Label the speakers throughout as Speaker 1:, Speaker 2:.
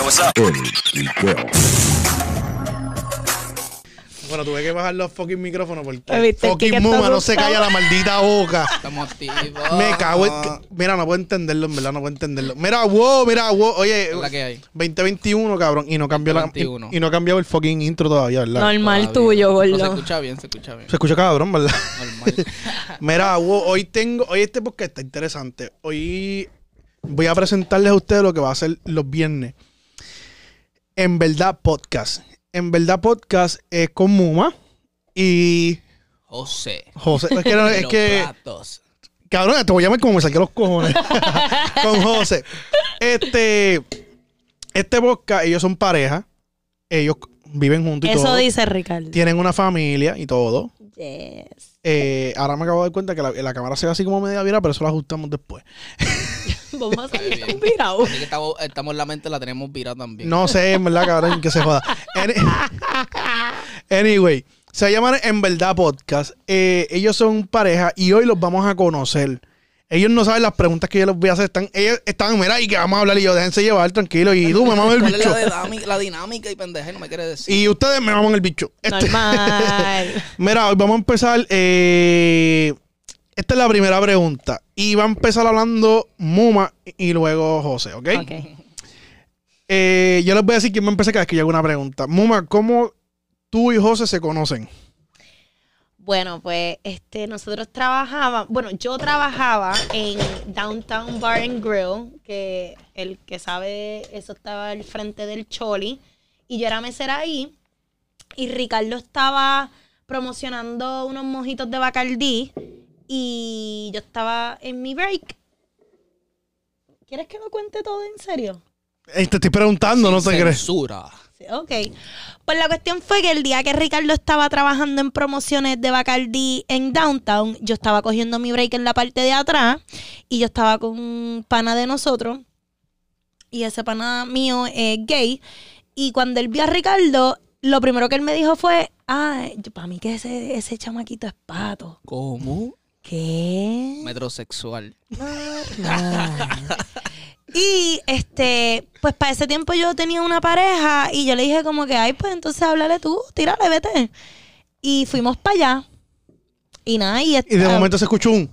Speaker 1: what's up?
Speaker 2: Bueno, tuve que bajar los fucking micrófonos porque
Speaker 3: Ay, viste, el Kike
Speaker 2: fucking
Speaker 3: está
Speaker 2: Muma no se calla la maldita boca.
Speaker 4: Estamos activos.
Speaker 2: Me cago en... Mira, no puedo entenderlo, en verdad, no puedo entenderlo. Mira, wow, mira, wow. Oye,
Speaker 4: Es la que hay.
Speaker 2: 2021, cabrón. Y no cambió la... Y,
Speaker 4: 2021.
Speaker 2: y no ha cambiado el fucking intro todavía, ¿verdad?
Speaker 3: Normal
Speaker 4: Todavía.
Speaker 3: tuyo,
Speaker 4: No, se
Speaker 3: gordo.
Speaker 4: escucha bien, se escucha bien.
Speaker 2: Se escucha cabrón, ¿verdad?
Speaker 4: Normal.
Speaker 2: Mira, wow, hoy tengo... Hoy este podcast está interesante. Hoy voy a presentarles a ustedes lo que va a ser los viernes. En verdad, podcast. En verdad, podcast es con Muma y...
Speaker 4: José.
Speaker 2: José, es que, no- es
Speaker 4: Los
Speaker 2: que
Speaker 4: platos.
Speaker 2: Cabrón, te voy a llamar como me saqué los cojones. Con José. Este. Este podcast, ellos son pareja. Ellos viven juntos y
Speaker 3: Eso
Speaker 2: todo.
Speaker 3: dice Ricardo.
Speaker 2: Tienen una familia y todo.
Speaker 3: Yes.
Speaker 2: Eh, ahora me acabo de dar cuenta que la, la cámara se ve así como media vira, pero eso lo ajustamos después.
Speaker 3: Vamos a salir
Speaker 4: Está bien.
Speaker 3: con virado.
Speaker 4: Así que estamos, estamos en la mente, la tenemos virada también.
Speaker 2: No sé, en verdad, cabrón, que se joda. Any- anyway, se va a llamar En Verdad Podcast. Eh, ellos son pareja y hoy los vamos a conocer. Ellos no saben las preguntas que yo les voy a hacer. Están, ellos están, mira, y que vamos a hablar y yo, déjense llevar, tranquilo. Y tú me mames el
Speaker 4: ¿Cuál es
Speaker 2: bicho.
Speaker 4: la, dinámica, la dinámica y pendeja? No me quiere decir.
Speaker 2: Y ustedes me maman el bicho. Este-
Speaker 3: Normal.
Speaker 2: mira, hoy vamos a empezar. eh, esta es la primera pregunta. Y va a empezar hablando Muma y luego José, ¿ok?
Speaker 3: Ok.
Speaker 2: Eh, yo les voy a decir que me empecé cada vez que yo hago una pregunta. Muma, ¿cómo tú y José se conocen?
Speaker 3: Bueno, pues este, nosotros trabajábamos, bueno, yo trabajaba en Downtown Bar and Grill, que el que sabe, eso estaba al frente del Choli, y yo era mesera ahí, y Ricardo estaba promocionando unos mojitos de Bacardí, y yo estaba en mi break. ¿Quieres que lo cuente todo en serio?
Speaker 2: Eh, te estoy preguntando, no te crees.
Speaker 4: Censura.
Speaker 3: Sí, Ok. Pues la cuestión fue que el día que Ricardo estaba trabajando en promociones de Bacardi en Downtown, yo estaba cogiendo mi break en la parte de atrás y yo estaba con un pana de nosotros y ese pana mío es gay y cuando él vio a Ricardo, lo primero que él me dijo fue, ah, para mí que ese, ese chamaquito es pato.
Speaker 4: ¿Cómo?
Speaker 3: ¿Qué?
Speaker 4: Metrosexual.
Speaker 3: Y este, pues para ese tiempo yo tenía una pareja y yo le dije como que, ay, pues entonces háblale tú, tírale, vete. Y fuimos para allá. Y nada, y,
Speaker 2: Y de
Speaker 3: ah,
Speaker 2: momento se escuchó un.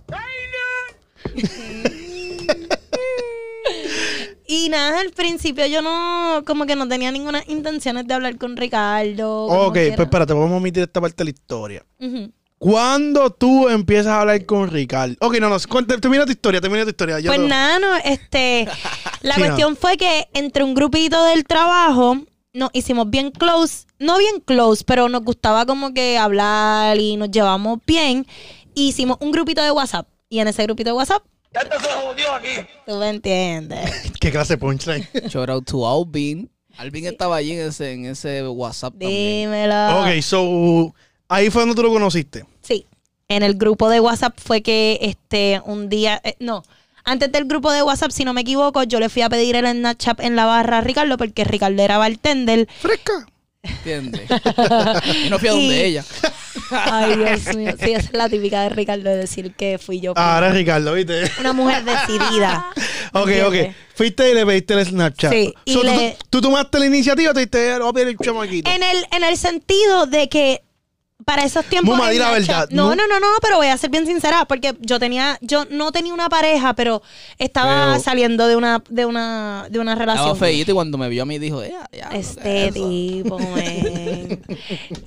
Speaker 3: y nada, al principio yo no, como que no tenía ninguna intenciones de hablar con Ricardo. como
Speaker 2: Ok,
Speaker 3: que
Speaker 2: pues
Speaker 3: era-
Speaker 2: espérate, vamos a omitir esta parte de la historia.
Speaker 3: Ujú.
Speaker 2: ¿Cuándo tú empiezas a hablar con Ricardo? Ok, no, no, cuenta- termina tu historia, termina tu historia. yo
Speaker 3: Pues
Speaker 2: no-
Speaker 3: nada, no, este, la
Speaker 2: Sí, no.
Speaker 3: cuestión fue que entre un grupito del trabajo nos hicimos bien close, no bien close, pero nos gustaba como que hablar y nos llevamos bien. Y hicimos un grupito de WhatsApp y en ese grupito de WhatsApp, tú me entiendes.
Speaker 2: ¿Qué clase de punchline?
Speaker 4: Shout out to Alvin. Alvin estaba allí en ese, en ese WhatsApp también.
Speaker 3: Dímelo.
Speaker 2: Ok, so. Ahí fue donde tú lo conociste.
Speaker 3: Sí. En el grupo de WhatsApp fue que este un día, eh, no, antes del grupo de WhatsApp, si no me equivoco, yo le fui a pedir el Snapchat en la barra a Ricardo porque Ricardo era bartender
Speaker 2: Fresca.
Speaker 4: ¿Entiendes? y no fui a
Speaker 3: Y-
Speaker 4: donde ella.
Speaker 3: Ay, Dios mío. Sí, esa es la típica de Ricardo de decir que fui yo.
Speaker 2: Ahora es Ricardo, ¿viste?
Speaker 3: Una mujer decidida.
Speaker 2: Ok, ok.
Speaker 3: ¿Entiendes?
Speaker 2: Fuiste y le pediste el Snapchat.
Speaker 3: Sí, y
Speaker 2: So, tú-
Speaker 3: le-
Speaker 2: tú, tomaste la iniciativa, te diste, "Lo voy a pedir el chamaquito.
Speaker 3: En el, en el sentido de que para esos tiempos.
Speaker 2: Muma, di la
Speaker 3: en
Speaker 2: verdad,
Speaker 3: No,
Speaker 2: ¿no?
Speaker 3: no, no, no, pero voy a ser bien sincera, porque yo tenía, yo no tenía una pareja, pero estaba
Speaker 4: Pero-
Speaker 3: saliendo de una, de una, de una relación.
Speaker 4: Estaba feíto y cuando me vio a mí dijo, "Eh, ya, ¿qué es
Speaker 3: Este
Speaker 4: eso?".
Speaker 3: tipo, men.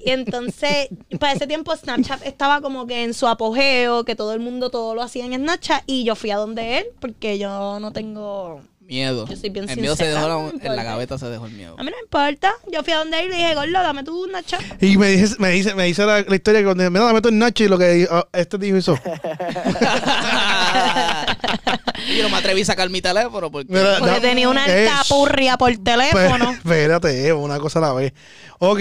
Speaker 3: Y entonces, para ese tiempo Snapchat estaba como que en su apogeo, que todo el mundo todo lo hacía en Snapchat, y yo fui a donde él, porque yo no tengo...
Speaker 4: Miedo.
Speaker 3: Yo soy bien
Speaker 4: el miedo se
Speaker 3: sincera,
Speaker 4: dejó la-
Speaker 3: no me
Speaker 4: en
Speaker 3: importa.
Speaker 4: la gaveta se dejó el miedo.
Speaker 3: A mí no me importa. Yo fui a donde él y le dije, Gordo, dame tú un Snapchat.
Speaker 2: Y me dice, me dice, me dice la, la historia que cuando dije, mira, la meto en Nacho y lo que ah, este dijo hizo.
Speaker 4: yo no me atreví a sacar mi teléfono porque
Speaker 2: Mira,
Speaker 3: Porque
Speaker 2: da-
Speaker 3: tenía una
Speaker 2: Eh,
Speaker 3: alcapurria por
Speaker 2: espérate,
Speaker 3: teléfono.
Speaker 2: Pues, Espérate, eh, una cosa a la vez. Ok,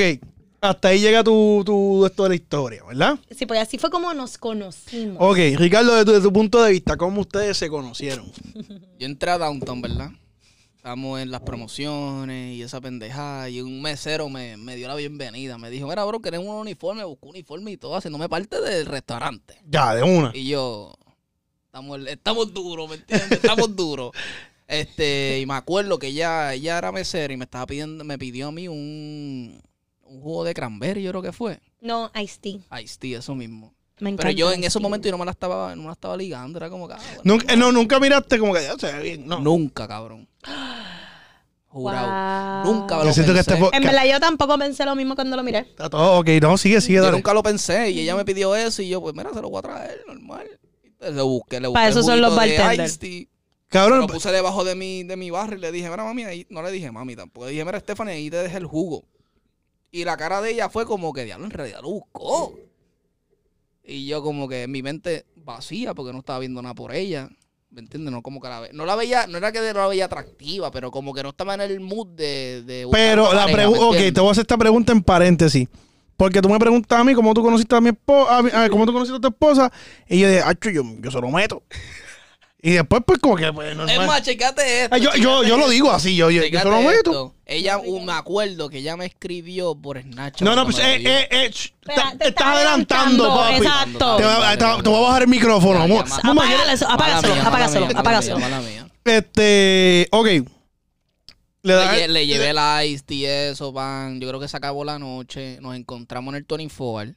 Speaker 2: hasta ahí llega tu, tu esto de la historia, ¿verdad?
Speaker 3: Sí, pues así fue como nos conocimos.
Speaker 2: Ok, Ricardo, desde tu, desde tu punto de vista, ¿cómo ustedes se conocieron?
Speaker 4: yo entré a Downtown, ¿verdad? Estábamos en las promociones y esa pendejada. Y un mesero me, me dio la bienvenida. Me dijo, mira, bro, queremos un uniforme. Busco un uniforme y todo, haciéndome parte del restaurante.
Speaker 2: Ya, de una.
Speaker 4: Y yo, estamos, estamos duros, ¿me entiendes? Estamos duros. Este, y me acuerdo que ella, ella era mesera y me estaba pidiendo, me pidió a mí un, un jugo de cranberry, yo creo que fue.
Speaker 3: No, Ice Tea.
Speaker 4: Ice tea, eso mismo.
Speaker 3: Me encanta.
Speaker 4: Pero yo en
Speaker 3: Ice-T.
Speaker 4: esos momentos yo no me la estaba, no me la estaba ligando, era como que, ah, bueno,
Speaker 2: Nunca, eh, no, nunca miraste como que ya se ve bien. No.
Speaker 4: Nunca, cabrón. Jurado.
Speaker 3: Wow.
Speaker 4: Nunca
Speaker 2: Yo
Speaker 4: lo
Speaker 2: siento que
Speaker 4: pensé.
Speaker 2: este
Speaker 3: En
Speaker 2: podcast
Speaker 3: verdad, yo tampoco pensé lo mismo cuando lo miré.
Speaker 2: está todo ok. No, sigue, sigue.
Speaker 4: Yo
Speaker 2: dale.
Speaker 4: nunca lo pensé y ella me pidió eso y yo, pues mira, se lo voy a traer, normal. Entonces, Lo busqué, le busqué.
Speaker 3: Para
Speaker 4: el
Speaker 3: eso son
Speaker 4: juguito
Speaker 3: los
Speaker 4: de
Speaker 3: bartenders.
Speaker 4: iced tea.
Speaker 2: Cabrón,
Speaker 4: Lo puse debajo de mi, de mi barra y le dije, mira, mami, ahí. No le dije, mami, tampoco. Le dije, mira, Stephanie, ahí te dejé el jugo. Y la cara de ella fue como que, diablo, en realidad lo buscó. Y yo como que mi mente vacía porque no estaba viendo nada por ella. ¿Me entiendes? No como que la ve- No la veía, no era que no la veía atractiva, pero como que no estaba en el mood de... de buscar
Speaker 2: pero
Speaker 4: una
Speaker 2: la
Speaker 4: pareja,
Speaker 2: pregunta.
Speaker 4: ¿me
Speaker 2: Ok, te
Speaker 4: entiendes?
Speaker 2: voy a hacer esta pregunta en paréntesis. Porque tú me preguntas a mí cómo tú conociste a mi esposa, cómo tú conociste a tu esposa. Y yo dije, "Acho, yo, yo se lo meto. Y después, pues, como que, pues, normal.
Speaker 4: Es más, checate esto.
Speaker 2: Ah, yo, yo,
Speaker 4: checate
Speaker 2: yo lo
Speaker 4: esto.
Speaker 2: digo así, yo, yo, yo
Speaker 4: Fíjate
Speaker 2: se lo meto.
Speaker 4: esto. Ella, un- me acuerdo que ella me escribió por Snapchat.
Speaker 2: No, no,
Speaker 4: cuando
Speaker 2: pues,
Speaker 4: me
Speaker 2: eh,
Speaker 4: lo dio.
Speaker 2: eh, eh, sh,
Speaker 3: Espera,
Speaker 2: ta-
Speaker 3: te
Speaker 2: te
Speaker 3: estás
Speaker 2: estás adelantando,
Speaker 3: adelantando,
Speaker 2: papi.
Speaker 3: exacto.
Speaker 2: Te voy a- te voy- te voy a bajar el micrófono,
Speaker 4: Ya,
Speaker 2: amor.
Speaker 4: ya, ma-
Speaker 2: Mamá, yo-
Speaker 3: Apágalo, eso, apágaselo,
Speaker 4: Mala mía, mala
Speaker 3: apágaselo,
Speaker 4: mía, mala
Speaker 3: apágaselo.
Speaker 4: mía, mala mía.
Speaker 2: Este, ok. Le
Speaker 4: Le,
Speaker 2: da-
Speaker 4: lle- le llevé la ice y eso, pan. Yo creo que se acabó la noche. Nos encontramos en el Tony Ford,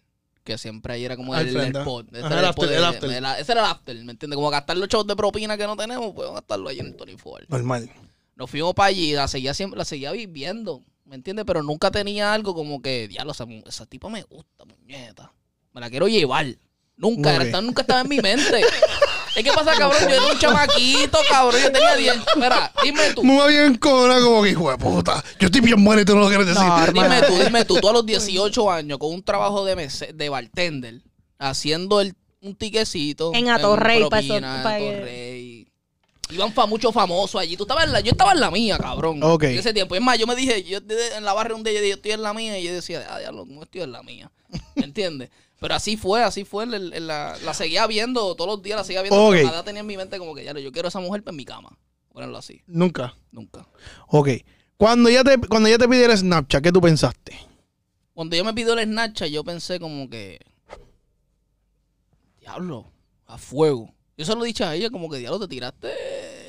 Speaker 4: que siempre ahí era como
Speaker 2: Al
Speaker 4: el, el
Speaker 2: frente.
Speaker 4: spot. Ese
Speaker 2: Ajá,
Speaker 4: era
Speaker 2: el
Speaker 4: el spot
Speaker 2: after,
Speaker 4: de-
Speaker 2: el after.
Speaker 4: de la- Ese era el after, ¿me entiendes? Como gastar los shows de propina que no tenemos, pues vamos a gastarlo ahí en el Tony Ford.
Speaker 2: Normal.
Speaker 4: Nos fuimos para allí, la seguía, siempre, la seguía viviendo, ¿me entiendes? Pero nunca tenía algo como que, diablo, esa, mu- esa tipa me gusta, muñeta. Me la quiero llevar. Nunca,
Speaker 2: Muy
Speaker 4: era-
Speaker 2: bien.
Speaker 4: nunca estaba en mi mente. es que pasa, cabrón, yo era un chamaquito, cabrón, yo tenía 10. Espera, dime tú.
Speaker 2: Mamá bien cobra como que hijo de puta. Yo estoy bien bueno y tú no lo quieres decir.
Speaker 4: Dime tú, dime tú, tú a los 18 años con un trabajo de, mese- de bartender, haciendo el, un tiquecito.
Speaker 3: En Atorrey, pa' eso-
Speaker 4: propina,
Speaker 3: pa' que-
Speaker 4: Atorrey. Iban fa- muchos famosos allí. Tú estabas en la, yo estaba en la mía, cabrón.
Speaker 2: Ok.
Speaker 4: En ese tiempo. Es más, yo me dije, yo de- en la barra un día yo, dije, yo estoy en la mía y yo decía, ah, diablo, ¿cómo estoy en la mía? ¿Me entiendes? Pero así fue, así fue. el- el- la, la seguía viendo todos los días, la seguía viendo.
Speaker 2: Ok.
Speaker 4: pero Nada tenía en mi mente como que, ya, yo quiero a esa mujer pa' en mi cama. Ponerlo así,
Speaker 2: Nunca.
Speaker 4: nunca.
Speaker 2: Ok. Cuando ella te, cuando ella te pidiera Snapchat, ¿qué tú pensaste?
Speaker 4: Cuando yo me pidió el Snapchat, yo pensé como que. Diablo, a fuego. Yo se lo dije a ella, como que diablo, te tiraste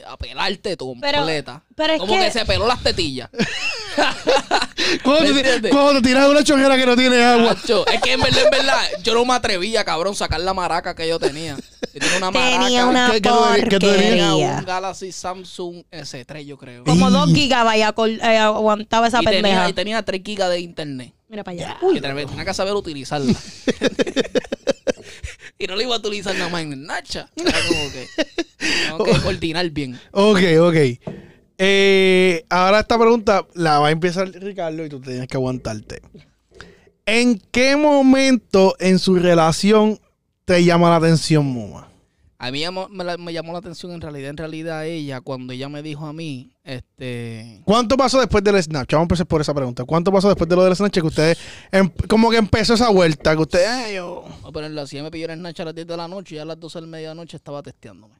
Speaker 4: a pelarte tú
Speaker 3: Pero-
Speaker 4: completa.
Speaker 3: pero es
Speaker 4: como que...
Speaker 3: que-
Speaker 4: se peló las tetillas.
Speaker 2: Cuando
Speaker 4: ¿Me
Speaker 2: te,
Speaker 4: entiendes?
Speaker 2: cuando te tiras de una chojera que no tiene agua.
Speaker 4: Nacho, es que en verdad, en verdad, yo no me atrevía, cabrón, sacar la maraca que yo tenía. Yo tenía una maraca.
Speaker 3: Tenía una
Speaker 2: ¿Qué- qué tú tenías? ¿Qué tú tenías?
Speaker 4: tenía un
Speaker 3: porquería.
Speaker 4: Galaxy Samsung S3, yo creo.
Speaker 3: Como dos gigabytes acol- eh, aguantaba esa
Speaker 4: y, tenía,
Speaker 3: pendeja.
Speaker 4: y tenía 3 gigas de internet.
Speaker 3: Mira para allá.
Speaker 4: que tenía, tenía que saber utilizarla. y no lo iba a utilizar nada más en Nacha. Era como que. Tengo que coordinar bien.
Speaker 2: Ok, ok. Eh, ahora esta pregunta la va a empezar Ricardo y tú tenías que aguantarte. ¿En qué momento en su relación te llama la atención, Muma?
Speaker 4: A mí llamó- me, la- me llamó la atención en realidad, en realidad ella, cuando ella me dijo a mí, este.
Speaker 2: ¿Cuánto pasó después del Snapchat? Vamos a empezar por esa pregunta. ¿Cuánto pasó después de lo del Snapchat que ustedes, em- como que empezó esa vuelta que ustedes, "Ay, yo-
Speaker 4: Voy a ponerlo así, ella me pidió en Nacha a las 10 de la noche y a las 12 de la medianoche estaba testeándome.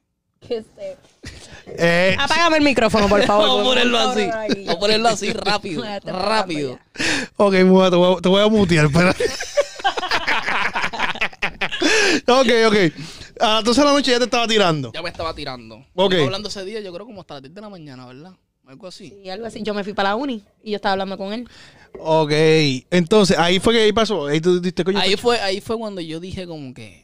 Speaker 2: eh,
Speaker 3: Apágame el micrófono, por favor.
Speaker 4: Vamos a ponerlo
Speaker 3: por
Speaker 4: así.
Speaker 3: favor, ahí.
Speaker 4: Vamos a ponerlo así rápido.
Speaker 3: Ay, te
Speaker 4: rápido.
Speaker 2: Ok, Mua, te voy a, te voy a mutear, espérate. ok, ok. A las 12 de la noche ya te estaba tirando.
Speaker 4: Ya me estaba tirando.
Speaker 2: Ok.
Speaker 4: Estaba hablando ese día, yo creo como hasta las 10 de la mañana, ¿verdad? Algo así.
Speaker 3: Y algo así. Yo me fui para la uni y yo estaba hablando con él.
Speaker 2: Ok, entonces ahí fue que ahí pasó. Ahí tú diste coño.
Speaker 4: ahí fue, ahí fue cuando yo dije como que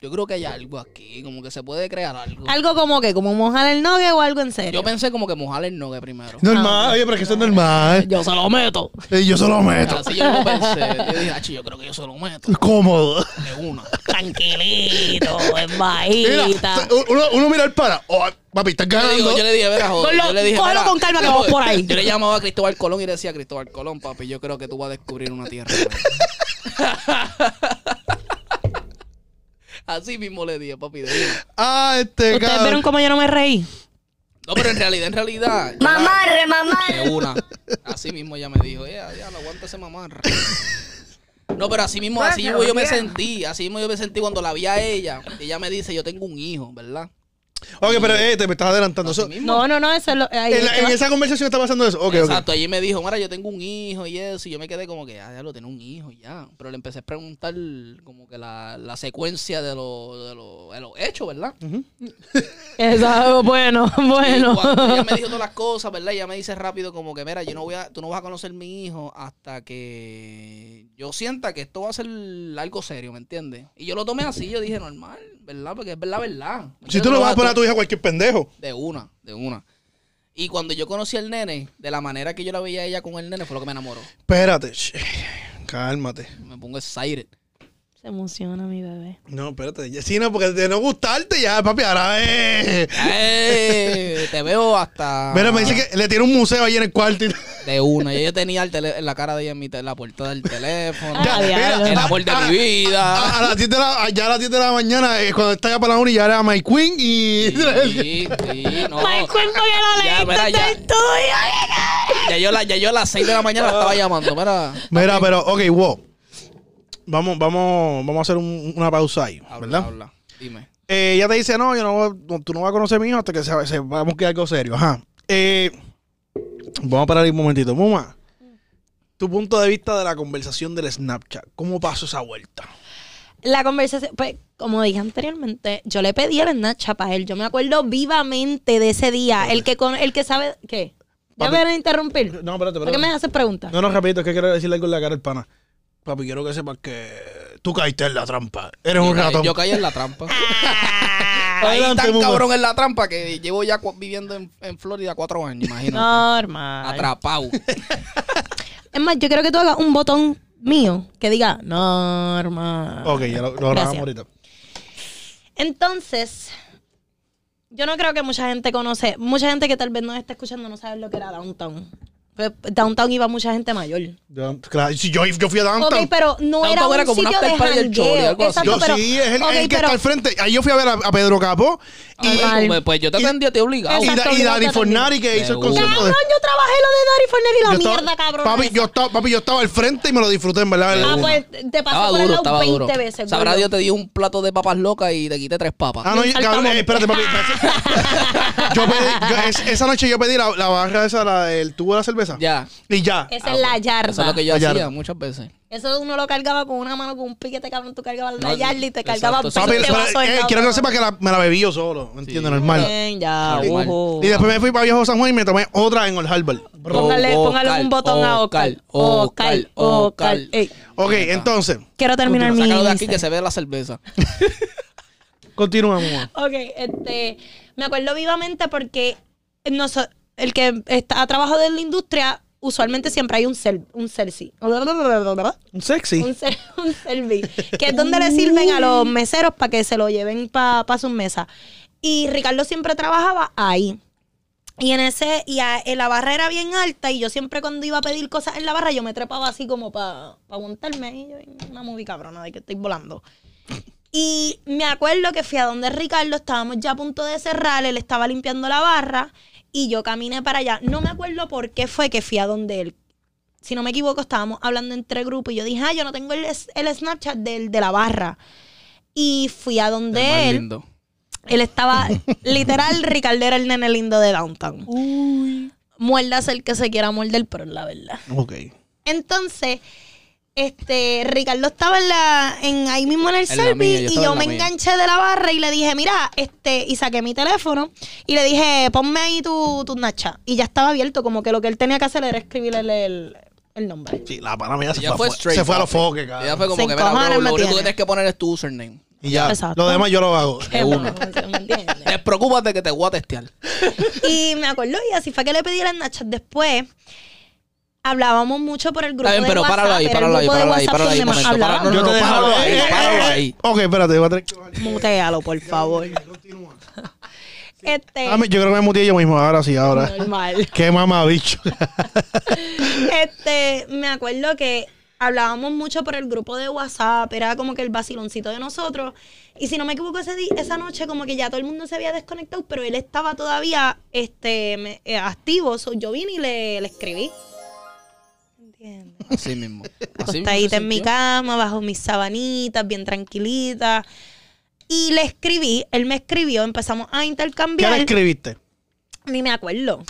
Speaker 4: yo creo que hay algo aquí, como que se puede crear algo.
Speaker 3: Algo como que, como mojar el nogue o algo en serio.
Speaker 4: Yo pensé como que mojar el nogue primero.
Speaker 2: normal, oye, pero es que eso es normal.
Speaker 4: Yo se lo meto.
Speaker 2: Eh, yo se lo meto.
Speaker 4: Así yo lo pensé. Yo dije, "Achi, yo creo que yo se lo meto.
Speaker 2: Cómodo.
Speaker 4: De una.
Speaker 3: Tranquilito, en
Speaker 2: Mira,
Speaker 3: bajita.
Speaker 2: uno, uno mira el para. Oh, papi, estás
Speaker 4: Yo le, digo-
Speaker 2: ganando.
Speaker 4: yo le dije, verá, joder.
Speaker 3: Ponlo-
Speaker 4: yo le dije,
Speaker 3: cógelo
Speaker 4: "Mira,
Speaker 3: con calma que
Speaker 4: yo-
Speaker 3: vamos por ahí".
Speaker 4: Yo le llamaba a Cristóbal Colón y le decía, Cristóbal Colón, papi, yo creo que tú vas a descubrir una tierra. nueva". Así mismo le dije, papi, de una.
Speaker 2: Ah, este
Speaker 3: ¿Ustedes vieron
Speaker 2: cabrón.
Speaker 3: cómo yo no me reí?
Speaker 4: No, pero en realidad, en realidad. yo la-
Speaker 1: Mamarre, mamarre.
Speaker 4: De una. Así mismo ella me dijo, ya, ya, aguanta ese mamarra. No, pero así mismo, así mismo yo me sentí, así mismo yo me sentí cuando la vi a ella. Ella me dice, yo tengo un hijo, ¿verdad?
Speaker 2: Ok, pero eh, te me estás adelantando. Eso-
Speaker 4: Así mismo.
Speaker 3: No, no, no, eso es lo. ahí es
Speaker 2: en, la-
Speaker 3: que
Speaker 2: en
Speaker 3: va.
Speaker 2: esa conversación está pasando eso. Ok, ok.
Speaker 4: Exacto, allí me dijo, mira, yo tengo un hijo y eso, y yo me quedé como que, ah, ya lo tengo un hijo y ya. Pero le empecé a preguntar como que la, la secuencia de los de lo, de los hechos, ¿verdad?
Speaker 2: Ujú.
Speaker 3: Eso, bueno,
Speaker 4: Y
Speaker 3: bueno.
Speaker 4: cuando ella me dijo todas las cosas, ¿verdad? Ella me dice rápido como que, mira, yo no voy a, tú no vas a conocer mi hijo hasta que yo sienta que esto va a ser algo serio, ¿me entiendes? Y yo lo tomé así, yo dije, normal, ¿verdad? Porque es verdad, verdad. ¿me
Speaker 2: Si
Speaker 4: entiendes?
Speaker 2: tú no vas a
Speaker 4: tú-
Speaker 2: poner a tu hija cualquier pendejo.
Speaker 4: De una, de una. Y cuando yo conocí al nene, de la manera que yo la veía a ella con el nene, fue lo que me enamoró.
Speaker 2: Espérate. sh- Cálmate.
Speaker 4: Me pongo excited.
Speaker 3: Se emociona mi bebé.
Speaker 2: No, espérate. Ya- Sí, no, porque de no gustarte ya, papi, ahora eh.
Speaker 4: ¡Eh! Te veo hasta.
Speaker 2: Mira, me dice
Speaker 3: Ah.
Speaker 2: que le tiene un museo ahí en el cuarto. y- Ya,
Speaker 4: De una. Yo, yo tenía el tele- la cara de ella en, mi te- la puerta del teléfono.
Speaker 3: Ah, diablo.
Speaker 4: el
Speaker 2: a-
Speaker 4: amor de
Speaker 2: a-
Speaker 4: mi vida.
Speaker 2: A, a las 10 de la, ya a las 10 de la mañana, eh, cuando está ya para la uni, ya era My Queen y.
Speaker 4: Sí, sí, no.
Speaker 3: ¡Ay, cuerpo
Speaker 4: Ya,
Speaker 3: que lo
Speaker 4: mira,
Speaker 3: leíste!
Speaker 4: ya.
Speaker 3: ¡Estoy tuyo!
Speaker 4: Ya yo, la, ya yo a las 6 de la mañana
Speaker 2: Ah.
Speaker 4: la estaba llamando. Mira.
Speaker 2: Mira, pero, ok, wow. Vamos, vamos, vamos a hacer un- una pausa ahí,
Speaker 4: Habla,
Speaker 2: ¿verdad?
Speaker 4: habla. Dime.
Speaker 2: Eh, ella te dice, no, yo no, voy- no, tú no vas a conocer a mi hijo hasta que se, se- vamos a quedar algo serio. Ajá. Eh, vamos a parar ahí un momentito. Muma, tu punto de vista de la conversación del Snapchat. ¿Cómo pasó esa vuelta?
Speaker 3: La conversación, pues, como dije anteriormente, yo le pedí el Snapchat a él. Yo me acuerdo vivamente de ese día. El que con, el que sabe. ¿Qué? ¿Ya
Speaker 2: Papi.
Speaker 3: me van a interrumpir?
Speaker 2: No, espérate,
Speaker 3: ¿Por qué me haces preguntas?
Speaker 2: No, no, rapidito, es que quiero decirle algo en la cara al pana. Papi, quiero que sepas que tú caíste en la trampa. Eres
Speaker 4: Yo
Speaker 2: un
Speaker 4: caí,
Speaker 2: ratón.
Speaker 4: yo caí en la trampa. Caí
Speaker 2: Adelante,
Speaker 4: Ah. tan
Speaker 2: Mumu.
Speaker 4: cabrón en la trampa que llevo ya cu- viviendo en, en Florida cuatro años, imagínate.
Speaker 3: Normal.
Speaker 4: Atrapado.
Speaker 3: Es más, yo creo que tú hagas un botón mío que diga normal.
Speaker 2: Ok, ya lo, lo grabamos
Speaker 3: Gracias.
Speaker 2: ahorita.
Speaker 3: Entonces, yo no creo que mucha gente conoce, mucha gente que tal vez no está escuchando no sabe lo que era Downtown. Pues, Downtown iba mucha gente mayor.
Speaker 2: Yo, claro, si yo, yo fui a Downtown.
Speaker 3: Ok, pero no
Speaker 4: Downtown
Speaker 3: era un
Speaker 4: era como una
Speaker 3: sitio
Speaker 4: after
Speaker 3: de
Speaker 4: party del Choli,
Speaker 3: jangueo.
Speaker 4: algo así.
Speaker 3: Exacto,
Speaker 2: yo
Speaker 3: pero-
Speaker 2: sí, es el,
Speaker 3: ok,
Speaker 2: el que
Speaker 3: pero-
Speaker 2: está al frente. Ahí yo fui a ver a, a Pedro Capó y,
Speaker 3: Ay,
Speaker 4: Ay, tú, pues yo te
Speaker 2: y-
Speaker 4: atendí, te obligado.
Speaker 2: y,
Speaker 3: Exacto,
Speaker 2: Da- y
Speaker 3: obligado
Speaker 2: Dani
Speaker 3: también.
Speaker 2: Fornari que hizo el
Speaker 4: Seguro.
Speaker 2: concierto de...
Speaker 3: Cabrón, yo trabajé lo de Dari Forner y la
Speaker 2: Yo estaba-
Speaker 3: mierda, cabrón.
Speaker 2: Papi yo, estaba, papi, yo estaba al frente y me lo disfruté, en verdad.
Speaker 3: Ah,
Speaker 2: El-
Speaker 3: pues te pasó
Speaker 4: Estaba
Speaker 3: por el
Speaker 4: duro,
Speaker 3: lado
Speaker 4: estaba
Speaker 3: 20
Speaker 4: duro.
Speaker 3: veces.
Speaker 4: Sabrá
Speaker 3: gordo.
Speaker 4: Dios te di un plato de papas locas y te quité tres papas.
Speaker 2: Ah, no, yo- cabrón, eh, espérate, papi. espérate. Yo pedí- yo- es- esa noche yo pedí la, la barra esa, la, el tubo de la cerveza.
Speaker 4: Ya. Ah,
Speaker 2: Y ya.
Speaker 3: Esa es la yarda.
Speaker 4: Eso es lo que yo
Speaker 2: Gallardo.
Speaker 4: hacía muchas veces.
Speaker 3: Eso uno lo cargaba con una mano, con un piquete, cabrón. Tú cargabas la
Speaker 4: No,
Speaker 3: yarda y te
Speaker 4: exacto,
Speaker 3: cargabas
Speaker 4: exacto.
Speaker 2: Papi,
Speaker 3: 20
Speaker 2: pero,
Speaker 3: vasos en
Speaker 2: eh,
Speaker 3: la
Speaker 2: quiero que
Speaker 3: otra Eh,
Speaker 2: sepas que la- me la bebí yo solo, ¿me entiendes? Normal.
Speaker 3: Bien, ya,
Speaker 4: Normal.
Speaker 3: ojo.
Speaker 2: Y después me fui para Viejo San Juan y me tomé otra en el Harbor.
Speaker 3: Póngale,
Speaker 4: Ocal,
Speaker 3: póngale un botón a Ocal.
Speaker 4: Ocal,
Speaker 3: Ocal, Ocal.
Speaker 4: Ocal.
Speaker 3: Ey,
Speaker 2: Ok, entonces,
Speaker 3: quiero terminar mi.
Speaker 4: Sácalo de aquí que
Speaker 3: insta.
Speaker 4: se ve la cerveza.
Speaker 2: continuamos. mamá.
Speaker 3: Ok, este. Me acuerdo vivamente porque noso- el que está a trabajo de la industria, usualmente siempre hay un ser, un servi.
Speaker 2: Un sexy.
Speaker 3: Un, ser, un servi. Que es donde le sirven a los meseros para que se lo lleven para sus mesas. Y Ricardo siempre trabajaba ahí. Y en ese, y a- en la barra era bien alta, y yo siempre cuando iba a pedir cosas en la barra, yo me trepaba así como para aguantarme ahí, yo en una movie cabrona de que estoy volando. Y me acuerdo que fui a donde Ricardo, estábamos ya a punto de cerrar, él estaba limpiando la barra, y yo caminé para allá. No me acuerdo por qué fue que fui a donde él. Si no me equivoco, estábamos hablando entre grupos, y yo dije, ah, yo no tengo el, es- el Snapchat del, de la barra. Y fui a donde
Speaker 4: Más
Speaker 3: él.
Speaker 4: lindo.
Speaker 3: Él estaba, literal, Ricardo era el nene lindo de Downtown. Uy. Muerdas el que se quiera morder, pero es la verdad.
Speaker 2: Ok.
Speaker 3: Entonces, este, Ricardo estaba en la, en ahí mismo en el
Speaker 4: la mía, yo
Speaker 3: selfie y
Speaker 4: estaba
Speaker 3: yo
Speaker 4: en la
Speaker 3: me
Speaker 4: mía.
Speaker 3: enganché de la barra y le dije, mira, este, y saqué mi teléfono y le dije, ponme ahí tu, tu Snapchat. Y ya estaba abierto, como que lo que él tenía que hacer era escribirle el, el- el nombre.
Speaker 2: Sí, la pana mía se
Speaker 4: Ella
Speaker 2: fue, a
Speaker 4: fue
Speaker 2: fo-
Speaker 4: straight.
Speaker 2: se fue a los
Speaker 4: papi.
Speaker 2: foques,
Speaker 4: Ella
Speaker 2: cabrón.
Speaker 4: fue
Speaker 3: Se
Speaker 4: como que mira,
Speaker 3: encojonan,
Speaker 4: bro, lo único que
Speaker 3: Matías.
Speaker 4: tienes que poner es tu username.
Speaker 2: Y ya.
Speaker 3: Exacto.
Speaker 2: Lo demás yo lo hago.
Speaker 3: Qué
Speaker 4: una.
Speaker 3: bueno, ¿me entiendes?
Speaker 4: Despreocúpate que te voy a testear.
Speaker 3: Y me acordó, y así fue que le pedí las nachas después. Hablábamos mucho por el grupo
Speaker 4: Está bien,
Speaker 3: de
Speaker 4: pero
Speaker 3: WhatsApp.
Speaker 4: páralo ahí,
Speaker 3: era el
Speaker 4: páralo ahí,
Speaker 3: grupo de
Speaker 4: páralo ahí,
Speaker 3: WhatsApp
Speaker 4: páralo ahí,
Speaker 3: donde más
Speaker 4: momento, páralo,
Speaker 3: hablábamos.
Speaker 4: no, no,
Speaker 2: dejo-
Speaker 4: páralo ahí,
Speaker 2: eh, eh,
Speaker 4: páralo
Speaker 2: eh.
Speaker 4: ahí.
Speaker 2: Ok, espérate, voy a tener que-
Speaker 3: Mutealo, por favor. Este,
Speaker 2: Ah, me- Yo creo que me muteé yo mismo, ahora sí, ahora.
Speaker 3: normal.
Speaker 2: Qué mamabicho.
Speaker 3: Este, me acuerdo que hablábamos mucho por el grupo de WhatsApp, era como que el vaciloncito de nosotros. Y si no me equivoco, ese di- esa noche como que ya todo el mundo se había desconectado, pero él estaba todavía este, me- eh, activo. So, yo vine y le, le escribí. ¿Entiendes?
Speaker 4: Así mismo. Así mismo se
Speaker 3: acostadita en mi
Speaker 4: sintió.
Speaker 3: cama, bajo mis sabanitas, bien tranquilita. Y le escribí, él me escribió, empezamos a
Speaker 2: ¿Qué le
Speaker 3: intercambiar.
Speaker 2: escribiste?
Speaker 3: Ni me acuerdo.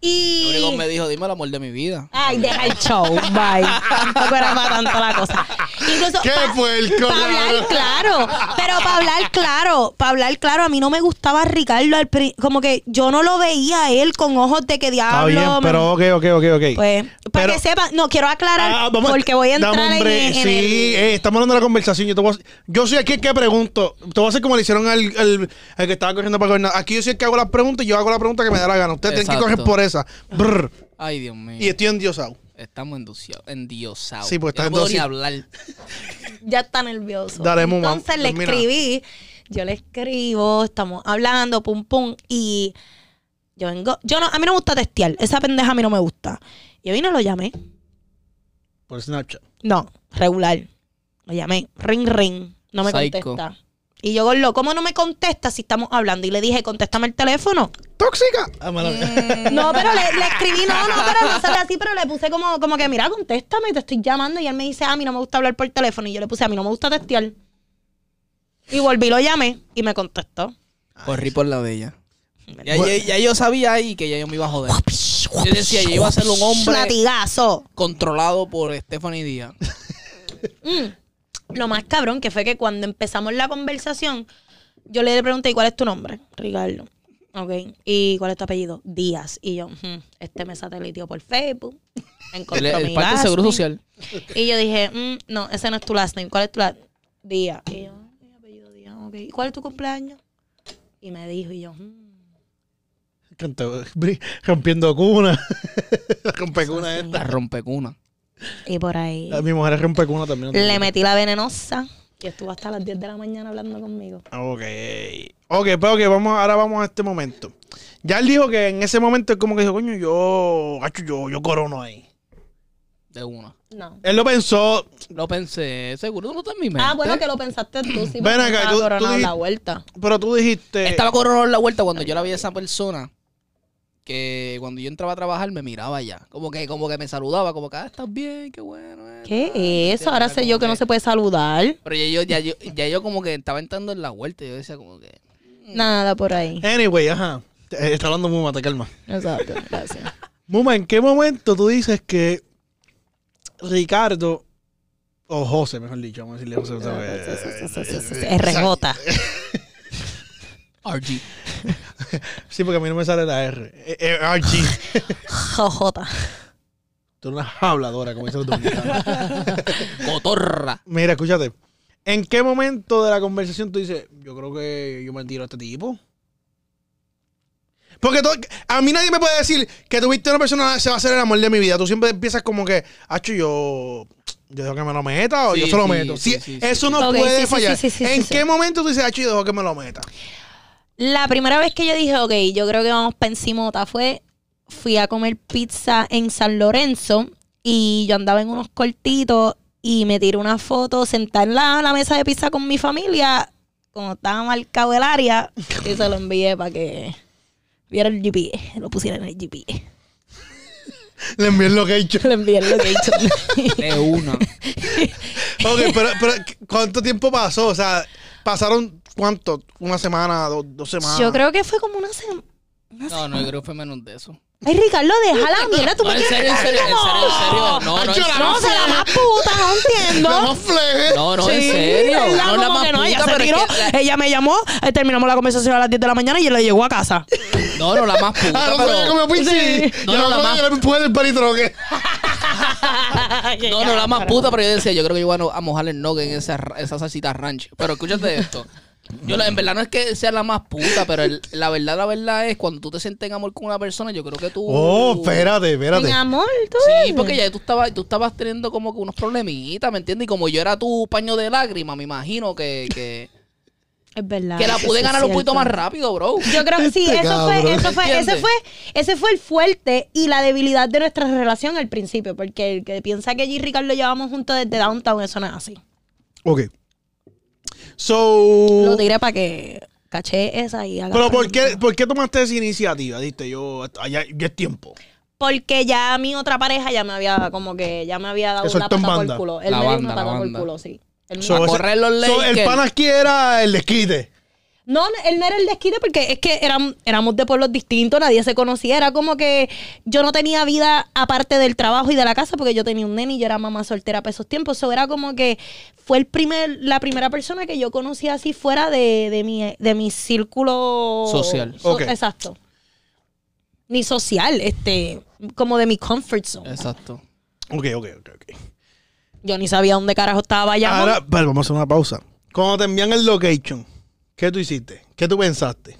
Speaker 4: Lo único
Speaker 3: Y.
Speaker 4: que me dijo, dime el amor de mi vida.
Speaker 3: Ay, deja el show, bye. Tampoco era para tanto la cosa. Incluso
Speaker 2: ¿Qué
Speaker 3: pa-
Speaker 2: fue el
Speaker 3: Para hablar claro, pero para hablar claro, para hablar claro, a mí no me gustaba Ricardo, al pri- como que yo no lo veía a él con ojos de que
Speaker 2: Está
Speaker 3: diablo.
Speaker 2: bien,
Speaker 3: me-
Speaker 2: pero ok, ok, ok, ok.
Speaker 3: Pues, para
Speaker 2: Pero-
Speaker 3: que sepan, no quiero aclarar
Speaker 2: Ah, vamos-
Speaker 3: porque voy a entrar
Speaker 2: dame un
Speaker 3: en-
Speaker 2: break.
Speaker 3: en,
Speaker 2: Sí,
Speaker 3: el-
Speaker 2: eh, estamos hablando de la conversación. Yo, te voy a- yo soy aquí el que pregunto. Te voy a hacer como le hicieron al, al- al que estaba corriendo para gobernar. Aquí yo soy el que hago las preguntas y yo hago la pregunta que me da la gana. Ustedes tienen que correr
Speaker 4: Exacto.
Speaker 2: por esa. Brr.
Speaker 4: Ay, Dios mío.
Speaker 2: Y estoy endiosado.
Speaker 4: Estamos endiosados. endiosados.
Speaker 2: Sí, pues
Speaker 4: Yo
Speaker 2: estás
Speaker 4: no puedo ni
Speaker 2: endiosi-
Speaker 4: hablar.
Speaker 3: ya está nervioso.
Speaker 2: Dale, Muma,
Speaker 3: Entonces le
Speaker 2: termina.
Speaker 3: escribí, yo le escribo, estamos hablando, pum pum y yo vengo, yo no, a mí no me gusta testear, esa pendeja a mí no me gusta. Yo vine y lo llamé.
Speaker 2: Por Snapchat.
Speaker 3: No, regular. Lo llamé. Ring, ring. No me
Speaker 4: Psycho.
Speaker 3: contesta. Y yo, Gorlo, ¿cómo no me contesta si estamos hablando? Y le dije, contéstame el teléfono.
Speaker 2: ¡Tóxica! Ah, mala mía.
Speaker 3: No, pero le, le escribí, no, no, pero no sale así, pero le puse como, como que, mira, contéstame, te estoy llamando. Y él me dice, a mí no me gusta hablar por teléfono. Y yo le puse, a mí no me gusta testear. Y volví, lo llamé y me contestó.
Speaker 4: Corrí por la de ella. Ya, ya- ya yo sabía ahí que ya yo me iba a joder. Yo decía, yo iba a ser un hombre
Speaker 3: Latigazo.
Speaker 4: controlado por Stephanie Díaz.
Speaker 3: Mm. Lo más cabrón que fue que cuando empezamos la conversación, yo le pregunté, ¿y cuál es tu nombre? Ricardo. Ok. ¿Y cuál es tu apellido? Díaz. Y yo, ujú, este me sateliteó por Facebook.
Speaker 4: El,
Speaker 3: Encontró
Speaker 4: el
Speaker 3: mi
Speaker 4: parte de
Speaker 3: last
Speaker 4: Seguro
Speaker 3: name.
Speaker 4: Social.
Speaker 3: Y yo dije, mm, no, ese no es tu last name. ¿Cuál es tu last Díaz. Y yo, mi apellido Díaz, ok. ¿Y cuál es tu cumpleaños? Y me dijo, y yo, mm,
Speaker 2: Canto- bri- Rompiendo cuna. rompe cuna esta.
Speaker 4: La rompecuna.
Speaker 3: y por ahí.
Speaker 2: Mi mujer es rompe cuna también.
Speaker 3: Le metí la venenosa y estuvo hasta las 10 de la mañana hablando conmigo.
Speaker 2: Ok. Ok, pero que vamos, ahora vamos a este momento. Ya él dijo que en ese momento es como que dijo, coño, yo, gacho, yo, yo corono ahí.
Speaker 4: De una.
Speaker 3: No.
Speaker 2: Él lo pensó,
Speaker 4: Lo pensé. Seguro tú no está en mi mente.
Speaker 3: Ah, bueno, que lo pensaste tú. Sí,
Speaker 2: Ven
Speaker 3: porque
Speaker 2: acá,
Speaker 3: estaba
Speaker 2: tú- tú
Speaker 3: coronado
Speaker 2: dijiste-
Speaker 3: la vuelta.
Speaker 2: pero tú dijiste.
Speaker 4: Estaba coronado en la vuelta cuando yo la vi a esa persona. Que cuando yo entraba a trabajar me miraba ya. Como que, como que me saludaba, como que, ah, estás bien, qué bueno. eh,
Speaker 3: ¿Qué
Speaker 4: tal,
Speaker 3: es eso?
Speaker 4: etcétera,
Speaker 3: Ahora sé yo
Speaker 4: como
Speaker 3: que no se puede saludar.
Speaker 4: Pero ya yo, ya, yo, ya yo como que estaba entrando en la vuelta. y Yo decía como que.
Speaker 3: Nada por ahí.
Speaker 2: Anyway, ajá. Eh, Está hablando Muma, te calma.
Speaker 3: Exacto, gracias.
Speaker 2: Muma, ¿en qué momento tú dices que Ricardo, o José, mejor dicho, vamos a decirle Ah, José otra vez.
Speaker 3: RJ.
Speaker 4: RG.
Speaker 2: Sí, porque a mí no me sale la R. Eh, eh, RG.
Speaker 3: JJ.
Speaker 2: Tú eres una habladora, como dicen los dominicanos.
Speaker 4: Cotorra.
Speaker 2: Mira, escúchate. ¿En qué momento de la conversación tú dices, yo creo que yo me tiro a este tipo? Porque to- a mí nadie me puede decir que tuviste una persona se va a hacer el amor de mi vida. Tú siempre empiezas como que, hacho, yo, yo dejo que me lo meta o
Speaker 4: Sí,
Speaker 2: yo se lo
Speaker 4: sí,
Speaker 2: meto.
Speaker 4: sí,
Speaker 2: Sí,
Speaker 4: sí,
Speaker 2: eso
Speaker 4: sí,
Speaker 2: no
Speaker 3: sí. Ok,
Speaker 2: puede
Speaker 3: sí, sí,
Speaker 2: fallar.
Speaker 3: sí, sí, sí,
Speaker 2: ¿En
Speaker 3: sí.
Speaker 2: qué momento tú dices, hacho, yo dejo que me lo meta?
Speaker 3: La primera vez que yo dije, ok, yo creo que vamos para encimota fue, fui a comer pizza en San Lorenzo y yo andaba en unos cortitos y me tiré una foto sentada en la, la mesa de pizza con mi familia, como estaba marcado el área, y se lo envié para que viera el GPS, lo pusiera en el GPS.
Speaker 2: Le envié el location.
Speaker 3: Le envié el location.
Speaker 4: De una.
Speaker 2: Ok, pero, pero ¿cuánto tiempo pasó? O sea, ¿pasaron cuánto? ¿Una semana? ¿Dos, dos semanas?
Speaker 3: Yo creo que fue como una semana.
Speaker 4: No, no, yo creo que fue menos de eso.
Speaker 3: Ay, Ricardo, deja la mierda. Tú
Speaker 4: No,
Speaker 3: me
Speaker 4: en
Speaker 3: quieres
Speaker 4: serio, en serio, en serio, en serio. No, no, en
Speaker 2: Achola,
Speaker 4: serio.
Speaker 3: No, se la más puta, no entiendo.
Speaker 2: No, fleje.
Speaker 4: No, no, en
Speaker 3: Sí,
Speaker 4: serio.
Speaker 3: ¿verdad?
Speaker 4: No, la
Speaker 3: Como
Speaker 4: más
Speaker 3: que no, ella
Speaker 4: puta,
Speaker 3: se
Speaker 4: pero es
Speaker 3: tiró,
Speaker 4: que la-
Speaker 3: ella me llamó, eh, terminamos la conversación a las 10 de la mañana y yo le llegó a casa.
Speaker 4: No, no, la más
Speaker 2: Ah,
Speaker 4: puta,
Speaker 2: no sabía
Speaker 4: pero.
Speaker 2: cómo pinche.
Speaker 3: Sí.
Speaker 2: Yo
Speaker 4: No, no,
Speaker 2: no,
Speaker 4: la
Speaker 2: sabía
Speaker 4: más-
Speaker 2: que era mi mujer el paritroque.
Speaker 4: No, no, la más puta, pero yo decía, yo creo que yo voy a, a mojar el nogue en esa, ra- esa salsita ranch. Pero escúchate esto. Yo la- en verdad no es que sea la más puta, pero el- la verdad, la verdad es cuando tú te sientes en amor con una persona, yo creo que tú.
Speaker 2: Oh, espérate, espérate.
Speaker 3: Mi amor, tú.
Speaker 4: Sí, porque ya tú estabas, tú estabas teniendo como que unos problemitas, ¿me entiendes? Y como yo era tu paño de lágrimas, me imagino que, que,
Speaker 3: Es verdad.
Speaker 4: que la
Speaker 3: eso
Speaker 4: pude
Speaker 3: sí es
Speaker 4: ganar un poquito
Speaker 3: cierto.
Speaker 4: más rápido, bro.
Speaker 3: Yo creo que sí,
Speaker 2: Este
Speaker 3: eso fue,
Speaker 2: cabrón.
Speaker 3: eso fue, ese
Speaker 4: ¿Entiendes?
Speaker 3: fue, ese fue el fuerte y la debilidad de nuestra relación al principio, porque el que piensa que yo y Ricardo llevamos juntos desde Downtown, eso no es así.
Speaker 2: Ok.
Speaker 3: Lo
Speaker 2: So.
Speaker 3: diré para que caché esa y haga
Speaker 2: Pero
Speaker 3: otra.
Speaker 2: ¿por qué, ¿por qué tomaste esa iniciativa? Diste yo, allá, ya es tiempo.
Speaker 3: Porque ya mi otra pareja ya me había, como que ya me había dado
Speaker 2: Eso
Speaker 3: la
Speaker 2: está en
Speaker 3: pata por
Speaker 2: banda.
Speaker 3: culo. Él
Speaker 4: La
Speaker 3: me dio
Speaker 4: banda,
Speaker 3: una
Speaker 4: la
Speaker 3: pata por
Speaker 4: banda.
Speaker 3: culo, sí. Él no-
Speaker 2: So,
Speaker 4: a
Speaker 2: ese-
Speaker 4: correr los
Speaker 2: so, el
Speaker 4: Lakers.
Speaker 2: pan aquí era el desquite.
Speaker 3: No, no, él no era el desquite porque es que eran, éramos de pueblos distintos, nadie se conocía. Era como que yo no tenía vida aparte del trabajo y de la casa porque yo tenía un nene y yo era mamá soltera para esos tiempos. Eso era como que fue el primer, la primera persona que yo conocía así fuera de, de mi, de mi círculo
Speaker 4: Social.
Speaker 2: Ok.
Speaker 3: Exacto. Ni social, este, como de mi comfort zone.
Speaker 4: Exacto.
Speaker 2: Ok, ok, ok. ok.
Speaker 3: Yo ni sabía dónde carajo estaba ya.
Speaker 2: Ahora, vale, vamos a hacer una pausa. Cuando te envían el location, ¿qué tú hiciste? ¿Qué tú pensaste?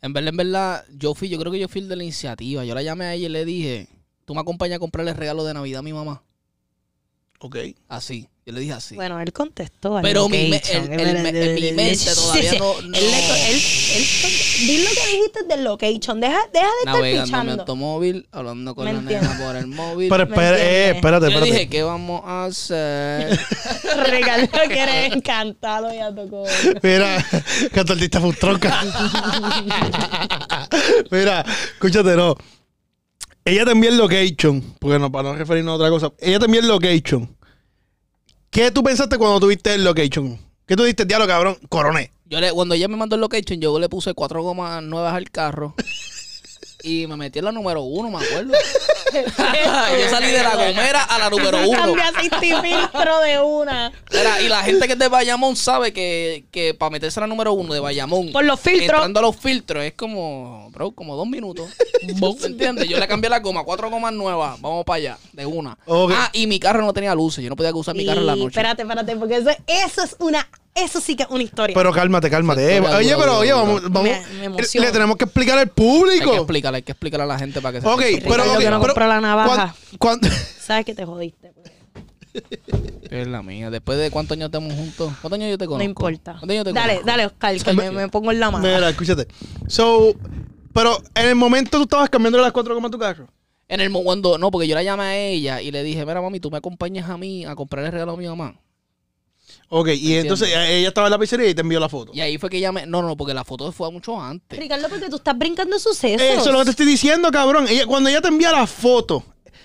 Speaker 4: En verdad, en verdad, yo fui, yo creo que yo fui el de la iniciativa. Yo la llamé a ella y le dije, tú me acompañas a comprarle el regalo de Navidad a mi mamá.
Speaker 2: Ok.
Speaker 4: Así. Yo le dije así.
Speaker 3: Bueno, él contestó. al
Speaker 4: Pero mi, me-
Speaker 3: location.
Speaker 4: el- el- el- el- mi mente todavía no...
Speaker 3: Él, le co- él, él con- di lo que dijiste del location. Deja, deja de estar
Speaker 4: Navegando en mi
Speaker 3: pichando.
Speaker 4: automóvil, hablando con
Speaker 3: Me
Speaker 4: la
Speaker 3: entiendo.
Speaker 4: nena por el móvil.
Speaker 2: Pero
Speaker 3: Me
Speaker 2: espera, eh,
Speaker 3: entiendes.
Speaker 2: espérate,
Speaker 4: yo le dije,
Speaker 2: espérate.
Speaker 4: ¿qué vamos a hacer?
Speaker 3: Regalo que eres encantado ya tocó.
Speaker 2: Mira, cantartista frustronca. Mira, escúchate, no. Ella te envía el location, porque no, para no referirnos a otra cosa. Ella te envía el location. ¿Qué tú pensaste cuando tuviste el location? ¿Qué tú diste, diablo, cabrón? Coroné.
Speaker 4: Yo le, cuando ella me mandó el location, yo le puse cuatro gomas nuevas al carro. y me metí en la número uno, me acuerdo. yo salí de la gomera a la número uno.
Speaker 3: Cambiaste este filtro de una.
Speaker 4: Era- y la gente que es de Bayamón sabe que, que para meterse a la número uno de Bayamón.
Speaker 3: Por los filtros.
Speaker 4: Entrando a los filtros es como, bro, como dos minutos. ¿Me entiendes? Yo le cambié la goma, cuatro gomas nuevas. Vamos para allá, de una.
Speaker 2: Ok.
Speaker 4: Ah, y mi carro no tenía luces. Yo no podía usar mi carro en la
Speaker 3: Y
Speaker 4: noche.
Speaker 3: Espérate, espérate, porque eso, eso es una, eso sí que es una historia.
Speaker 2: Pero cálmate, cálmate. eh.
Speaker 4: Dura,
Speaker 2: oye,
Speaker 4: dura,
Speaker 2: pero
Speaker 4: dura,
Speaker 2: oye,
Speaker 4: dura.
Speaker 2: vamos, vamos.
Speaker 3: Me- me emociona.
Speaker 2: le tenemos que explicar al
Speaker 4: hay que
Speaker 2: público.
Speaker 4: explicarle, hay que explicarle a la gente para que se
Speaker 2: Ok, pero.
Speaker 3: Ricardo,
Speaker 2: ok,
Speaker 3: que no
Speaker 2: pero
Speaker 3: compró la navaja.
Speaker 2: cuán- cuán-
Speaker 3: Sabes que te jodiste. pues.
Speaker 4: Es la mía. Después de cuántos años estamos juntos. ¿Cuántos años yo te conozco?
Speaker 3: No importa.
Speaker 4: ¿Cuántos años yo te
Speaker 3: Dale,
Speaker 4: conozco?
Speaker 3: dale, Oscar, que me, me pongo en la mano.
Speaker 2: Mira, escúchate. So, pero en el momento tú estabas cambiando las cuatro gomas a tu carro.
Speaker 4: En el mo- cuando, no, porque yo la llamé a ella y le dije, mira mami, tú me acompañas a mí a comprar el regalo a mi mamá.
Speaker 2: Ok, y entonces ella estaba en la pizzería y te envió la foto.
Speaker 4: Y ahí fue que ella me, no, no, porque la foto fue mucho antes.
Speaker 3: Ricardo, porque tú estás brincando sucesos.
Speaker 2: Eso es lo que te estoy diciendo, cabrón. Ella- cuando ella te envía la foto,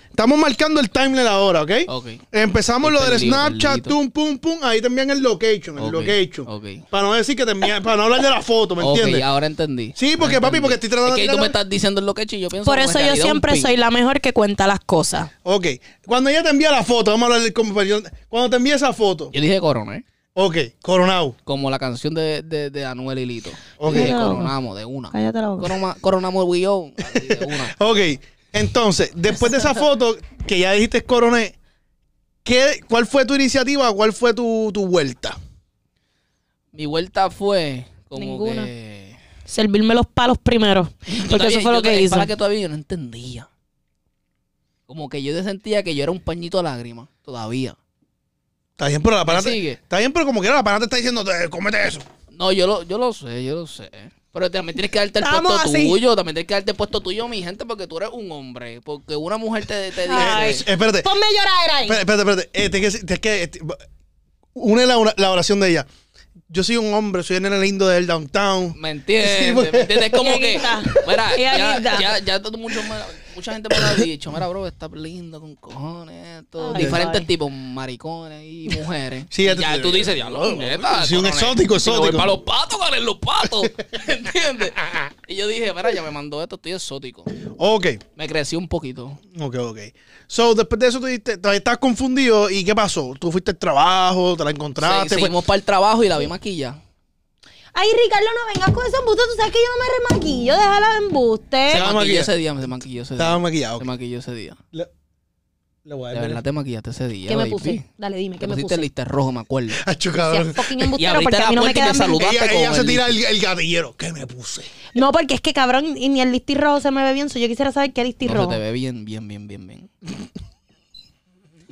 Speaker 2: estamos marcando el timeline ahora, ¿ok?
Speaker 4: Ok.
Speaker 2: Empezamos lo del
Speaker 4: Perdido,
Speaker 2: Snapchat,
Speaker 4: perdido.
Speaker 2: pum, pum, pum. Ahí te envían el location, el
Speaker 4: Ok,
Speaker 2: location.
Speaker 4: ok.
Speaker 2: Para no decir que te envían, para no hablar de la foto, ¿me
Speaker 4: Ok,
Speaker 2: entiendes?
Speaker 4: ahora entendí.
Speaker 2: Sí, porque, papi,
Speaker 4: Ahora entendí.
Speaker 2: porque estoy tratando
Speaker 4: Es
Speaker 2: de
Speaker 4: que tú
Speaker 2: tirar-
Speaker 4: me estás diciendo lo que he hecho y yo pienso
Speaker 3: Por
Speaker 4: como en
Speaker 3: eso yo
Speaker 4: realidad un
Speaker 3: siempre
Speaker 4: pin.
Speaker 3: soy la mejor que cuenta las cosas.
Speaker 2: Ok. Cuando ella te envía la foto, vamos a hablar del compañero. Cuando te envía esa foto,
Speaker 4: Yo dije corona, ¿eh?
Speaker 2: ok, coronado.
Speaker 4: Como la canción de, de, de Anuel y Lito.
Speaker 2: Ok.
Speaker 4: Yo dije,
Speaker 3: Cállate la boca.
Speaker 4: coronamos de una.
Speaker 3: Cállate la boca.
Speaker 4: Corona- coronamos el guión. así, De una.
Speaker 2: Ok, entonces, después de esa foto que ya dijiste coroné, ¿qué, ¿cuál fue tu iniciativa? ¿Cuál fue tu, tu vuelta?
Speaker 4: Mi vuelta fue como
Speaker 3: Ninguna.
Speaker 4: que...
Speaker 3: Servirme los palos primero.
Speaker 4: Yo
Speaker 3: Porque eso
Speaker 4: todavía-
Speaker 3: fue
Speaker 4: yo
Speaker 3: lo que
Speaker 4: todavía-
Speaker 3: hizo.
Speaker 4: Para que todavía yo no entendía. Como que yo sentía que yo era un pañito de lágrimas. Todavía.
Speaker 2: Está bien, pero la pana
Speaker 4: ¿Me
Speaker 2: te-
Speaker 4: sigue?
Speaker 2: Está bien, pero como quiera, la pana te está diciendo, "Eh, cómete eso.
Speaker 4: No, yo lo, yo lo sé, yo lo sé. Pero también tienes que darte el
Speaker 3: Estamos
Speaker 4: puesto
Speaker 3: así.
Speaker 4: tuyo. También tienes que darte el puesto tuyo, mi gente, porque tú eres un hombre. Porque una mujer te, te
Speaker 3: Ay.
Speaker 4: dice...
Speaker 2: Eh, Espérate,
Speaker 3: Ponme a llorar ahí.
Speaker 2: espérate, espérate. espérate. Eh, tienes que- tienes que- este, va- une la, ora- la oración de ella. Yo soy un hombre, soy el nene lindo del downtown.
Speaker 4: ¿Me entiendes?
Speaker 2: Sí, porque-
Speaker 4: ¿Me entiendes? Como
Speaker 3: Y
Speaker 4: que...
Speaker 3: ahorita.
Speaker 4: Mira,
Speaker 3: Y
Speaker 4: ya,
Speaker 3: ahorita.
Speaker 4: ya, ya todo- mucho me- mucha gente me lo ha dicho. Mira, bro, estás lindo con cojones. Todo,
Speaker 3: Ay,
Speaker 4: diferentes
Speaker 3: ay.
Speaker 4: tipos, maricones y mujeres.
Speaker 2: Sí, ya
Speaker 4: ya,
Speaker 2: te-
Speaker 4: tú dices, diablo, neta.
Speaker 2: Sí, un
Speaker 4: cojones,
Speaker 2: exótico,
Speaker 4: si me voy
Speaker 2: exótico.
Speaker 4: para los patos, ganen los patos. ¿Entiendes? Y yo dije, mira, ya me mandó esto, estoy exótico.
Speaker 2: Ok,
Speaker 4: Me crecí un poquito.
Speaker 2: ok, ok. So, después de eso, tú dijiste, todavía estás confundido. ¿Y qué pasó? ¿Tú fuiste al trabajo? ¿Te la
Speaker 4: Se-
Speaker 2: encontraste? Pues, Fue-
Speaker 4: seguimos para el trabajo y la vi maquilla.
Speaker 3: Ay, Ricardo, no vengas con ese embuste. Tú sabes que yo no me remaquillo. Déjala de
Speaker 2: Se
Speaker 4: Se
Speaker 3: embuste.
Speaker 2: va a
Speaker 4: maquilló
Speaker 2: maquillar.
Speaker 4: ese día, se maquilló ese
Speaker 2: Estaba
Speaker 4: día.
Speaker 2: maquillado. ok.
Speaker 4: Se maquilló ese día.
Speaker 2: Le- le voy a
Speaker 4: De
Speaker 2: dar-
Speaker 4: verdad te maquillaste ese día.
Speaker 3: ¿Qué me
Speaker 4: baby.
Speaker 3: puse? Dale, dime, ¿qué
Speaker 4: Te
Speaker 3: me
Speaker 4: pusiste
Speaker 3: puse?
Speaker 4: lista rojo, me acuerdo.
Speaker 2: Acho,
Speaker 3: Sea
Speaker 2: cabrón.
Speaker 3: fucking
Speaker 4: Y
Speaker 3: embustero
Speaker 4: abriste
Speaker 3: porque a
Speaker 4: la
Speaker 3: mí no me
Speaker 4: puerta y
Speaker 3: quedan
Speaker 4: te saludó.
Speaker 3: bien.
Speaker 4: Jugaste
Speaker 2: Ella, ella
Speaker 4: con
Speaker 2: se
Speaker 4: el
Speaker 2: tira el, el gatillero. ¿Qué me puse?
Speaker 3: No, porque es que cabrón, y ni el listirrojo se me ve bien. so yo quisiera saber qué
Speaker 4: No,
Speaker 3: listirrojo.
Speaker 4: se te ve bien, bien, bien, bien, bien.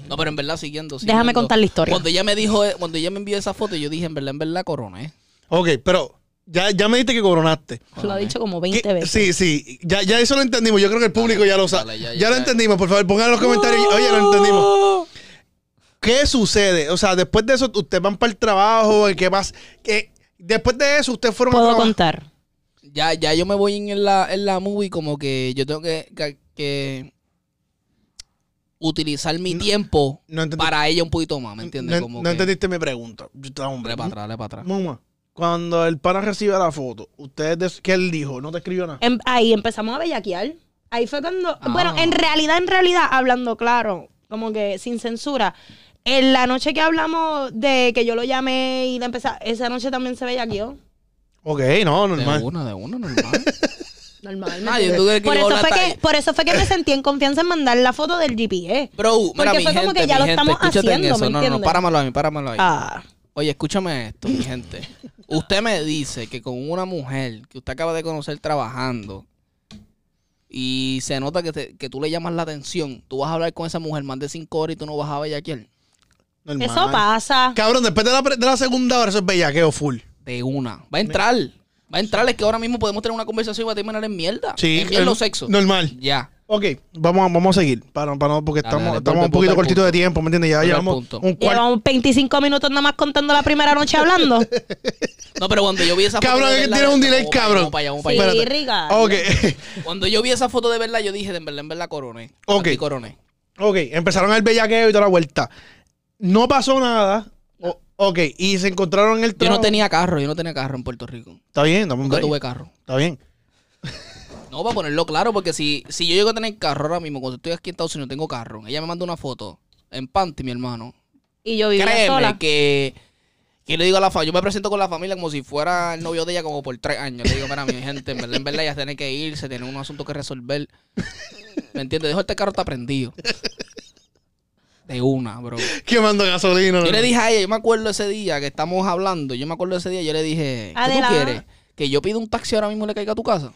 Speaker 4: No, pero en verdad, siguiendo,
Speaker 3: Déjame
Speaker 4: siguiendo.
Speaker 3: contar la historia.
Speaker 4: Cuando ella me dijo, eh, cuando ella me envió esa foto, yo dije, en verdad, en verdad, corona, ¿eh?
Speaker 2: Ok, pero ya, ya me dijiste que coronaste.
Speaker 3: Lo ha dicho como
Speaker 2: ¿Qué-
Speaker 3: 20 veces.
Speaker 2: Sí, sí. Ya, ya eso lo entendimos. Yo creo que el público ya lo sabe.
Speaker 4: dale,
Speaker 2: ya,
Speaker 4: ya,
Speaker 2: lo
Speaker 4: ya.
Speaker 2: entendimos. Por favor, pongan en los comentarios. Oye, lo entendimos. ¿Qué sucede? O sea, después de eso, ustedes van para el trabajo. ¿y ¿Qué pasa? ¿Qué- Después de eso, ustedes fueron a
Speaker 3: Puedo
Speaker 2: trabajar.
Speaker 3: contar.
Speaker 4: Ya, ya yo me voy en la, en la movie como que yo tengo que... que, que- utilizar mi tiempo
Speaker 2: No entendí-
Speaker 4: para ella un poquito más, ¿me entiendes?
Speaker 2: No,
Speaker 4: Como
Speaker 2: no
Speaker 4: que-
Speaker 2: entendiste mi pregunta. Yo estaba un
Speaker 4: Dale para atrás, dale para atrás.
Speaker 2: Muma, cuando el pana recibe la foto, ¿ustedes des- qué él dijo? ¿No te escribió nada?
Speaker 3: Em- ahí empezamos a bellaquear. Ahí fue cuando.
Speaker 4: Ah.
Speaker 3: Bueno, en realidad, en realidad, hablando claro, como que sin censura. En la noche que hablamos de que yo lo llamé y le empecé. a- Esa noche también se bellaqueó.
Speaker 2: Ok, no, normal.
Speaker 4: De una, de una, normal.
Speaker 3: Normal.
Speaker 4: Ah, yo tuve que
Speaker 3: por,
Speaker 4: iba
Speaker 3: eso
Speaker 4: a hablar
Speaker 3: fue
Speaker 4: hasta
Speaker 3: que,
Speaker 4: ahí.
Speaker 3: por eso fue que me sentí en confianza en mandar la foto del ¿eh? GPS.
Speaker 4: Bro, mira,
Speaker 3: Porque
Speaker 4: mi
Speaker 3: fue
Speaker 4: gente,
Speaker 3: como que ya
Speaker 4: mi
Speaker 3: lo
Speaker 4: gente,
Speaker 3: estamos
Speaker 4: escúchate en
Speaker 3: haciendo, ¿me
Speaker 4: eso. No, no, no,
Speaker 3: entiendes?
Speaker 4: páramelo ahí, páramelo ahí.
Speaker 3: Ah.
Speaker 4: Oye, escúchame esto, mi gente. Usted me dice que con una mujer que usted acaba de conocer trabajando y se nota que, te- que tú le llamas la atención, tú vas a hablar con esa mujer más de cinco horas y tú no vas a bellaquear.
Speaker 2: normal.
Speaker 3: Eso pasa.
Speaker 2: Cabrón, después de la, pre- de la segunda hora, eso es bellaqueo full.
Speaker 4: De una. Va a entrar. Va a entrar. Es que ahora mismo podemos tener una conversación y va a terminar en mierda.
Speaker 2: Sí,
Speaker 4: En mierda
Speaker 2: eh,
Speaker 4: o sexo.
Speaker 2: Normal.
Speaker 4: Ya.
Speaker 2: Ok, vamos, a- vamos a seguir. Para, para, no- porque
Speaker 4: Dale,
Speaker 2: estamos,
Speaker 4: dale,
Speaker 2: estamos
Speaker 4: vuelve,
Speaker 2: un poquito
Speaker 4: vuelve al
Speaker 2: cortitos de tiempo, ¿me entiendes? Ya
Speaker 4: Vuelve al
Speaker 2: llevamos
Speaker 4: punto.
Speaker 2: un cuarto.
Speaker 3: Llevamos 25 minutos nada más contando la primera noche hablando. sí,
Speaker 4: No, pero cuando yo vi esa
Speaker 2: Cabrón,
Speaker 4: foto. de
Speaker 2: es que
Speaker 4: verla,
Speaker 2: tienes un
Speaker 4: yo,
Speaker 2: delay,
Speaker 4: vamos pa' allá,
Speaker 2: cabrón.
Speaker 4: vamos pa' allá, vamos pa' allá.
Speaker 2: Espérate.
Speaker 3: riga.
Speaker 4: Oh,
Speaker 2: Ok,
Speaker 4: Cuando yo vi esa foto de verdad, yo dije, de verdad, en verdad, coroné.
Speaker 2: Ok.
Speaker 4: Aquí coroné.
Speaker 2: ok, empezaron el bellaqueo y toda la vuelta. No pasó nada. O- ok, y se encontraron en el
Speaker 4: Yo no
Speaker 2: trabajo.
Speaker 4: tenía carro, yo no tenía carro en Puerto Rico.
Speaker 2: Está bien, dame un
Speaker 4: Nunca
Speaker 2: break.
Speaker 4: tuve carro.
Speaker 2: Está bien.
Speaker 4: No, para ponerlo claro, porque si, si yo llego a tener carro ahora mismo, cuando estoy aquí en Estados Unidos, tengo carro. Ella me manda una foto en panty, mi hermano.
Speaker 3: Y yo vivía
Speaker 4: Créeme
Speaker 3: sola.
Speaker 4: que, que le digo a la familia, yo me presento con la familia como si fuera el novio de ella como por tres años. Le digo, mira, mi gente, en verdad, en verdad, ella tiene que irse, tiene un asunto que resolver. ¿Me entiendes? Dejo este carro está prendido. De una, bro.
Speaker 2: Quemando gasolina.
Speaker 4: Yo le dije a ella, yo me acuerdo ese día que estamos hablando, yo me acuerdo ese día, yo le dije, ¿qué
Speaker 3: Adela.
Speaker 4: tú quieres? Que yo pido un taxi ahora mismo y le caiga a tu casa.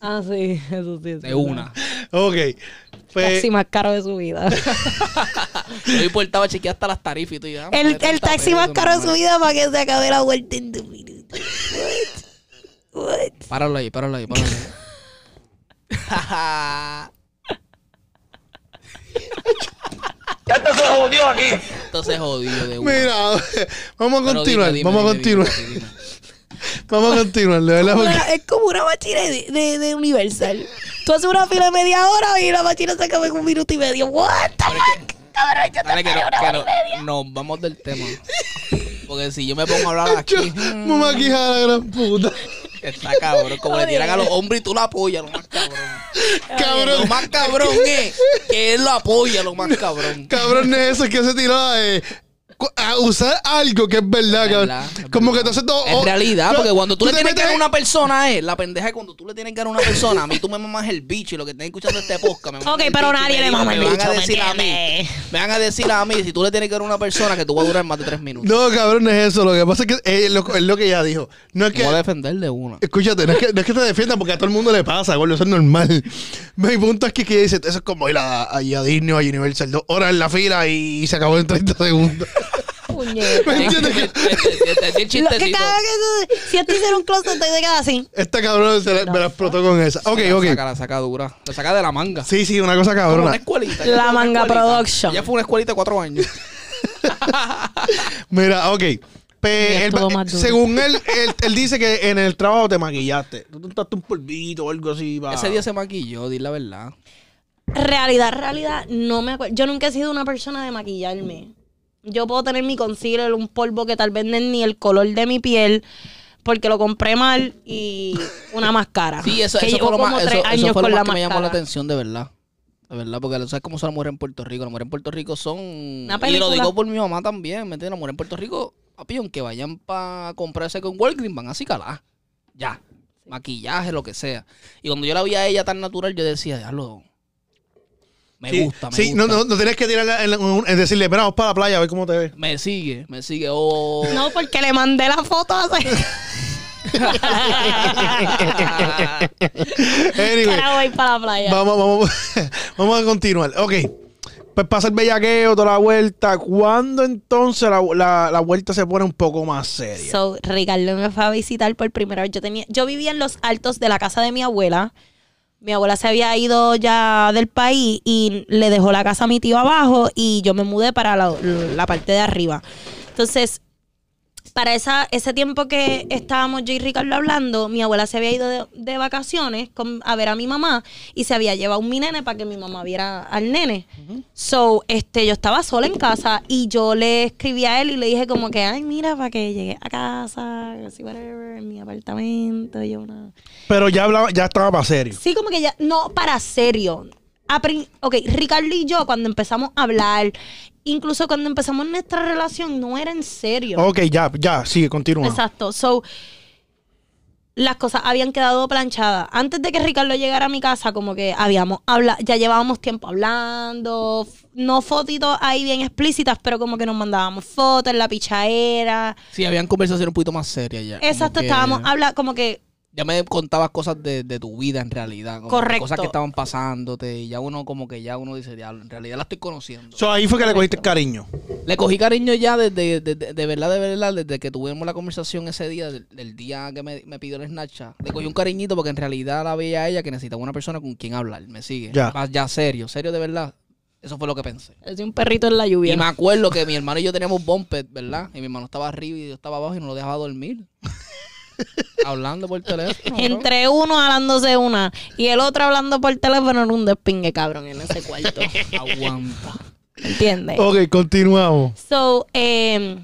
Speaker 3: Ah, sí, eso sí.
Speaker 4: De una.
Speaker 2: Ok. Pues,
Speaker 3: Taxi más caro de su vida.
Speaker 4: Yo importaba chequear hasta las tarifas y "Ah, pues, tú ya.
Speaker 3: El, el taxi más caro de su vida para que se acabe la vuelta en dos minutos. What? What?
Speaker 4: Páralo ahí, páralo ahí, páralo ahí.
Speaker 1: Ya te se jodió aquí.
Speaker 4: Entonces jodido de una.
Speaker 2: mira, vamos a
Speaker 4: Pero dime,
Speaker 2: continuar.
Speaker 4: dime,
Speaker 2: vamos a
Speaker 4: dime, dime,
Speaker 2: continuar.
Speaker 4: dime.
Speaker 2: Vamos a continuar, de verdad.
Speaker 3: Una-
Speaker 2: porque-
Speaker 3: es como una máquina de, de- de Universal. Tú haces una fila de media hora y la máquina se acaba en un minuto y medio. What the fuck? Cabrón, yo te
Speaker 4: Dale, que,
Speaker 3: pagué
Speaker 4: no-
Speaker 3: una
Speaker 4: que
Speaker 3: hora
Speaker 4: no-
Speaker 3: y media.
Speaker 4: nos vamos del tema. Porque si yo me pongo a hablar aquí, mm,
Speaker 2: Mamá quijada la gran puta.
Speaker 4: está cabrón. Como le tiran a los hombres y tú la apoyas, lo más cabrón. Lo
Speaker 2: Cabrón,
Speaker 4: más cabrón es que él lo apoya, lo más cabrón.
Speaker 2: cabrón es eso que se tiró eh, cu- a usar algo que es verdad, cabrón.
Speaker 4: verdad, es
Speaker 2: Como que
Speaker 4: verdad.
Speaker 2: entonces todo.
Speaker 4: En
Speaker 2: oh,
Speaker 4: realidad,
Speaker 2: no,
Speaker 4: porque cuando tú, le
Speaker 2: te
Speaker 4: tienes que
Speaker 2: metes
Speaker 4: dar a
Speaker 2: en-
Speaker 4: una persona es, la pendeja es cuando tú le tienes que dar a una persona, a mí tú me mamas el bicho y lo que estén escuchando este podcast me maman
Speaker 3: Ok,
Speaker 4: el
Speaker 3: pero
Speaker 4: bicho y
Speaker 3: nadie
Speaker 4: me
Speaker 3: le
Speaker 4: digo,
Speaker 3: mama el
Speaker 4: me van
Speaker 3: bicho,
Speaker 4: a
Speaker 3: ¿me
Speaker 4: decir a mí,
Speaker 3: entiendes?
Speaker 4: me van a decir a mí, si tú le tienes que dar a una persona que tú vas a durar más de tres minutos.
Speaker 2: No, cabrón, es eso. Lo que pasa es que eh, lo- es lo que ella dijo. No es que.
Speaker 4: Voy a defender de una.
Speaker 2: Escúchate, no es, que, no es que te defienda porque a todo el mundo le pasa, gordo, eso es normal. Mi punto es que, que dice, eso es como ir a, ahí a Disney o a Universal, dos horas en la fila y se acabó en 30 segundos.
Speaker 3: Puñeta.
Speaker 2: ¿Me entiendes?
Speaker 4: Te- te- te- te- te- el
Speaker 3: Lo que
Speaker 4: chistecito.
Speaker 3: cada vez que tú- si esto hiciera un closet, te quedas así.
Speaker 2: Esta Este cabrón se la, me la explotó con esa. Ok,
Speaker 4: La
Speaker 2: ok.
Speaker 4: saca, la saca dura. La saca de la manga.
Speaker 2: Sí, sí, una cosa
Speaker 4: Como Una
Speaker 2: cabrona.
Speaker 3: La
Speaker 4: escuelita. ella fue una
Speaker 3: manga
Speaker 4: escuelita.
Speaker 3: production.
Speaker 4: Ella fue una escuelita de cuatro años.
Speaker 2: Mira, ok. Pe-
Speaker 3: Y es
Speaker 2: él-
Speaker 3: todo más duro.
Speaker 2: según él, él, él dice que en el trabajo te maquillaste. Tú te untaste un polvito o algo así. pa-
Speaker 4: Ese día se maquilló, di la verdad.
Speaker 3: Ah. Realidad, realidad, no me acuerdo. Yo nunca he sido una persona de maquillarme. Yo puedo tener mi concealer, un polvo que tal vez no es ni el color de mi piel, porque lo compré mal y una máscara.
Speaker 4: Sí, eso,
Speaker 3: que
Speaker 4: eso
Speaker 3: llevo
Speaker 4: fue lo
Speaker 3: como
Speaker 4: más, eso,
Speaker 3: tres
Speaker 4: eso
Speaker 3: años
Speaker 4: fue lo
Speaker 3: con
Speaker 4: más
Speaker 3: la
Speaker 4: que me
Speaker 3: máscara.
Speaker 4: llamó la atención, de verdad. De verdad, porque ¿sabes cómo son las mujeres en Puerto Rico? Las mujeres en Puerto Rico son... Y lo
Speaker 3: película.
Speaker 4: digo por mi mamá también, ¿me entiendes? Las mujeres en Puerto Rico, papi, aunque vayan para comprarse con Walgreens, van así calá. Ya. Maquillaje, lo que sea. Y cuando yo la vi a ella tan natural, yo decía, diablo, me
Speaker 2: Sí,
Speaker 4: gusta, me
Speaker 2: sí,
Speaker 4: gusta.
Speaker 2: No, no, no tienes que tirarla en, la- un- en decirle, "Mira, vamos para la playa a ver cómo te ves.
Speaker 4: Me sigue, me sigue. Oh.
Speaker 3: No, porque le mandé la foto hace.
Speaker 2: Anyway.
Speaker 3: Ahora voy para la playa.
Speaker 2: Vamos, vamos, vamos a continuar. Ok. Pues pasa el bellaqueo, toda la vuelta. ¿Cuándo entonces la, la- la vuelta se pone un poco más seria?
Speaker 3: So, Ricardo me fue a visitar por primera vez. Yo tenía, yo vivía en los altos de la casa de mi abuela. Mi abuela se había ido ya del país y le dejó la casa a mi tío abajo y yo me mudé para la, la parte de arriba. Entonces, para esa, ese tiempo que estábamos yo y Ricardo hablando, mi abuela se había ido de, de vacaciones con- a ver a mi mamá y se había llevado un mi nene para que mi mamá viera al nene. So, este, yo estaba sola en casa y yo le escribí a él y le dije como que, ay, mira, para que llegue a casa, así, whatever, en mi apartamento, y yo una...
Speaker 2: Pero ya, hablaba, ya estaba para serio.
Speaker 3: Sí, como que ya, no, para serio. A prin- ok, Ricardo y yo cuando empezamos a hablar, incluso cuando empezamos nuestra relación, no era en serio.
Speaker 2: Ok, ya, ya, sigue, continúa.
Speaker 3: Exacto. So, las cosas habían quedado planchadas. Antes de que Ricardo llegara a mi casa, como que habíamos habla ya llevábamos tiempo hablando, f- no fotitos ahí bien explícitas, pero como que nos mandábamos fotos en la pichaera.
Speaker 4: Sí, habían conversaciones un poquito más serias ya. como
Speaker 3: Exacto,
Speaker 4: que
Speaker 3: estábamos habla como que
Speaker 4: Ya me contabas cosas de, de tu vida en realidad. como que
Speaker 3: Correcto.
Speaker 4: Cosas que estaban pasándote. Y ya uno como que ya uno dice, diablo, en realidad la estoy conociendo.
Speaker 2: So, ahí fue que le cogiste el cariño.
Speaker 4: Le cogí cariño ya desde, de, de- de verdad, de verdad, desde que tuvimos la conversación ese día, del, del día que me, me pidió el Snapchat. Le cogí un cariñito porque en realidad la veía a ella que necesitaba una persona con quien hablar. ¿Me sigue?
Speaker 2: Ya.
Speaker 4: Más ya serio, serio de verdad. Eso fue lo que pensé.
Speaker 3: es de un perrito en la lluvia.
Speaker 4: Y me acuerdo que mi hermano y yo teníamos bumpet, ¿verdad? Y mi hermano estaba arriba y yo estaba abajo y no lo dejaba dormir. Hablando por teléfono. cabrón.
Speaker 3: Entre uno hablándose una y el otro hablando por teléfono en un despingue, cabrón, en ese cuarto.
Speaker 4: Aguanta.
Speaker 3: ¿Entiendes?
Speaker 2: Ok, continuamos.
Speaker 3: So, eh,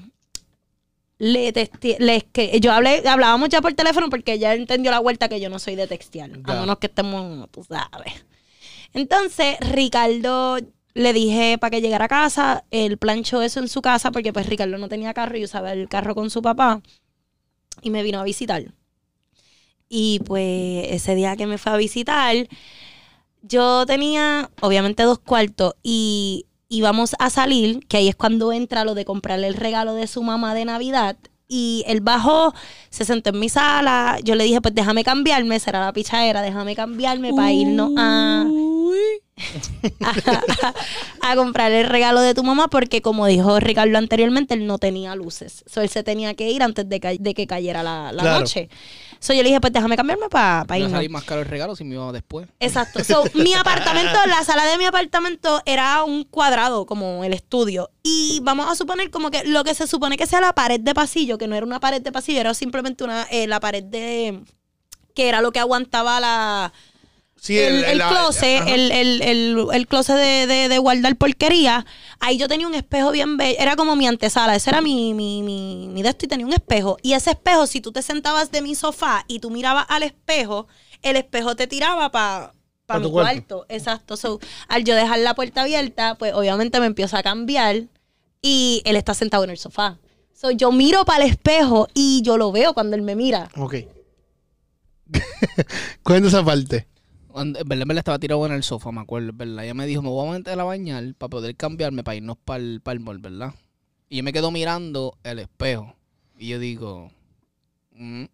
Speaker 3: le texté- le escri- yo hablé, hablábamos ya por teléfono porque ella entendió la vuelta que yo no soy de textear. A
Speaker 2: Ya.
Speaker 3: menos que estemos, tú sabes. Entonces, Ricardo le dije para que llegara a casa, él planchó eso en su casa porque pues Ricardo no tenía carro y usaba el carro con su papá y me vino a visitar. Y pues ese día que me fue a visitar, yo tenía obviamente dos cuartos y íbamos a salir, que ahí es cuando entra lo de comprarle el regalo de su mamá de Navidad. Y él bajó, se sentó en mi sala. Yo le dije, pues déjame cambiarme, será la pichadera, déjame cambiarme para irnos a, a, a comprar el regalo de tu mamá porque como dijo Ricardo anteriormente, él no tenía luces. So, él se tenía que ir antes de, ca- de que cayera la, la
Speaker 2: Claro.
Speaker 3: noche. So, yo le dije, pues déjame cambiarme para
Speaker 4: Iba a
Speaker 3: irnos.
Speaker 4: salir más caro el regalo si me iba después.
Speaker 3: Exacto. So, mi apartamento, la sala de mi apartamento era un cuadrado, como el estudio. Y vamos a suponer como que lo que se supone que sea la pared de pasillo, que no era una pared de pasillo, era simplemente una, eh, la pared de... que era lo que aguantaba la
Speaker 2: Sí,
Speaker 3: el, el
Speaker 2: la-
Speaker 3: closet,
Speaker 2: ajá.
Speaker 3: el, el- el- el closet de, de- de guardar porquería, ahí yo tenía un espejo bien bello, era como mi antesala, ese era mi, mi, mi, mi de esto y tenía un espejo. Y ese espejo, si tú te sentabas de mi sofá y tú mirabas al espejo, el espejo te tiraba para
Speaker 2: Pa
Speaker 3: mi
Speaker 2: tu
Speaker 3: cuarto.
Speaker 2: cuarto.
Speaker 3: Exacto. So, al yo dejar la puerta abierta, pues obviamente me empiezo a cambiar y él está sentado en el sofá. So, yo miro para el espejo y yo lo veo cuando él me mira.
Speaker 2: Ok. Cuenta esa parte.
Speaker 4: Cuando- En verdad, en verdad estaba tirado en el sofá, me acuerdo, en ¿verdad? Ella me dijo, me voy a meter a bañar para poder cambiarme para irnos para el, para el mall, ¿verdad? Y yo me quedo mirando el espejo. Y yo digo, mm.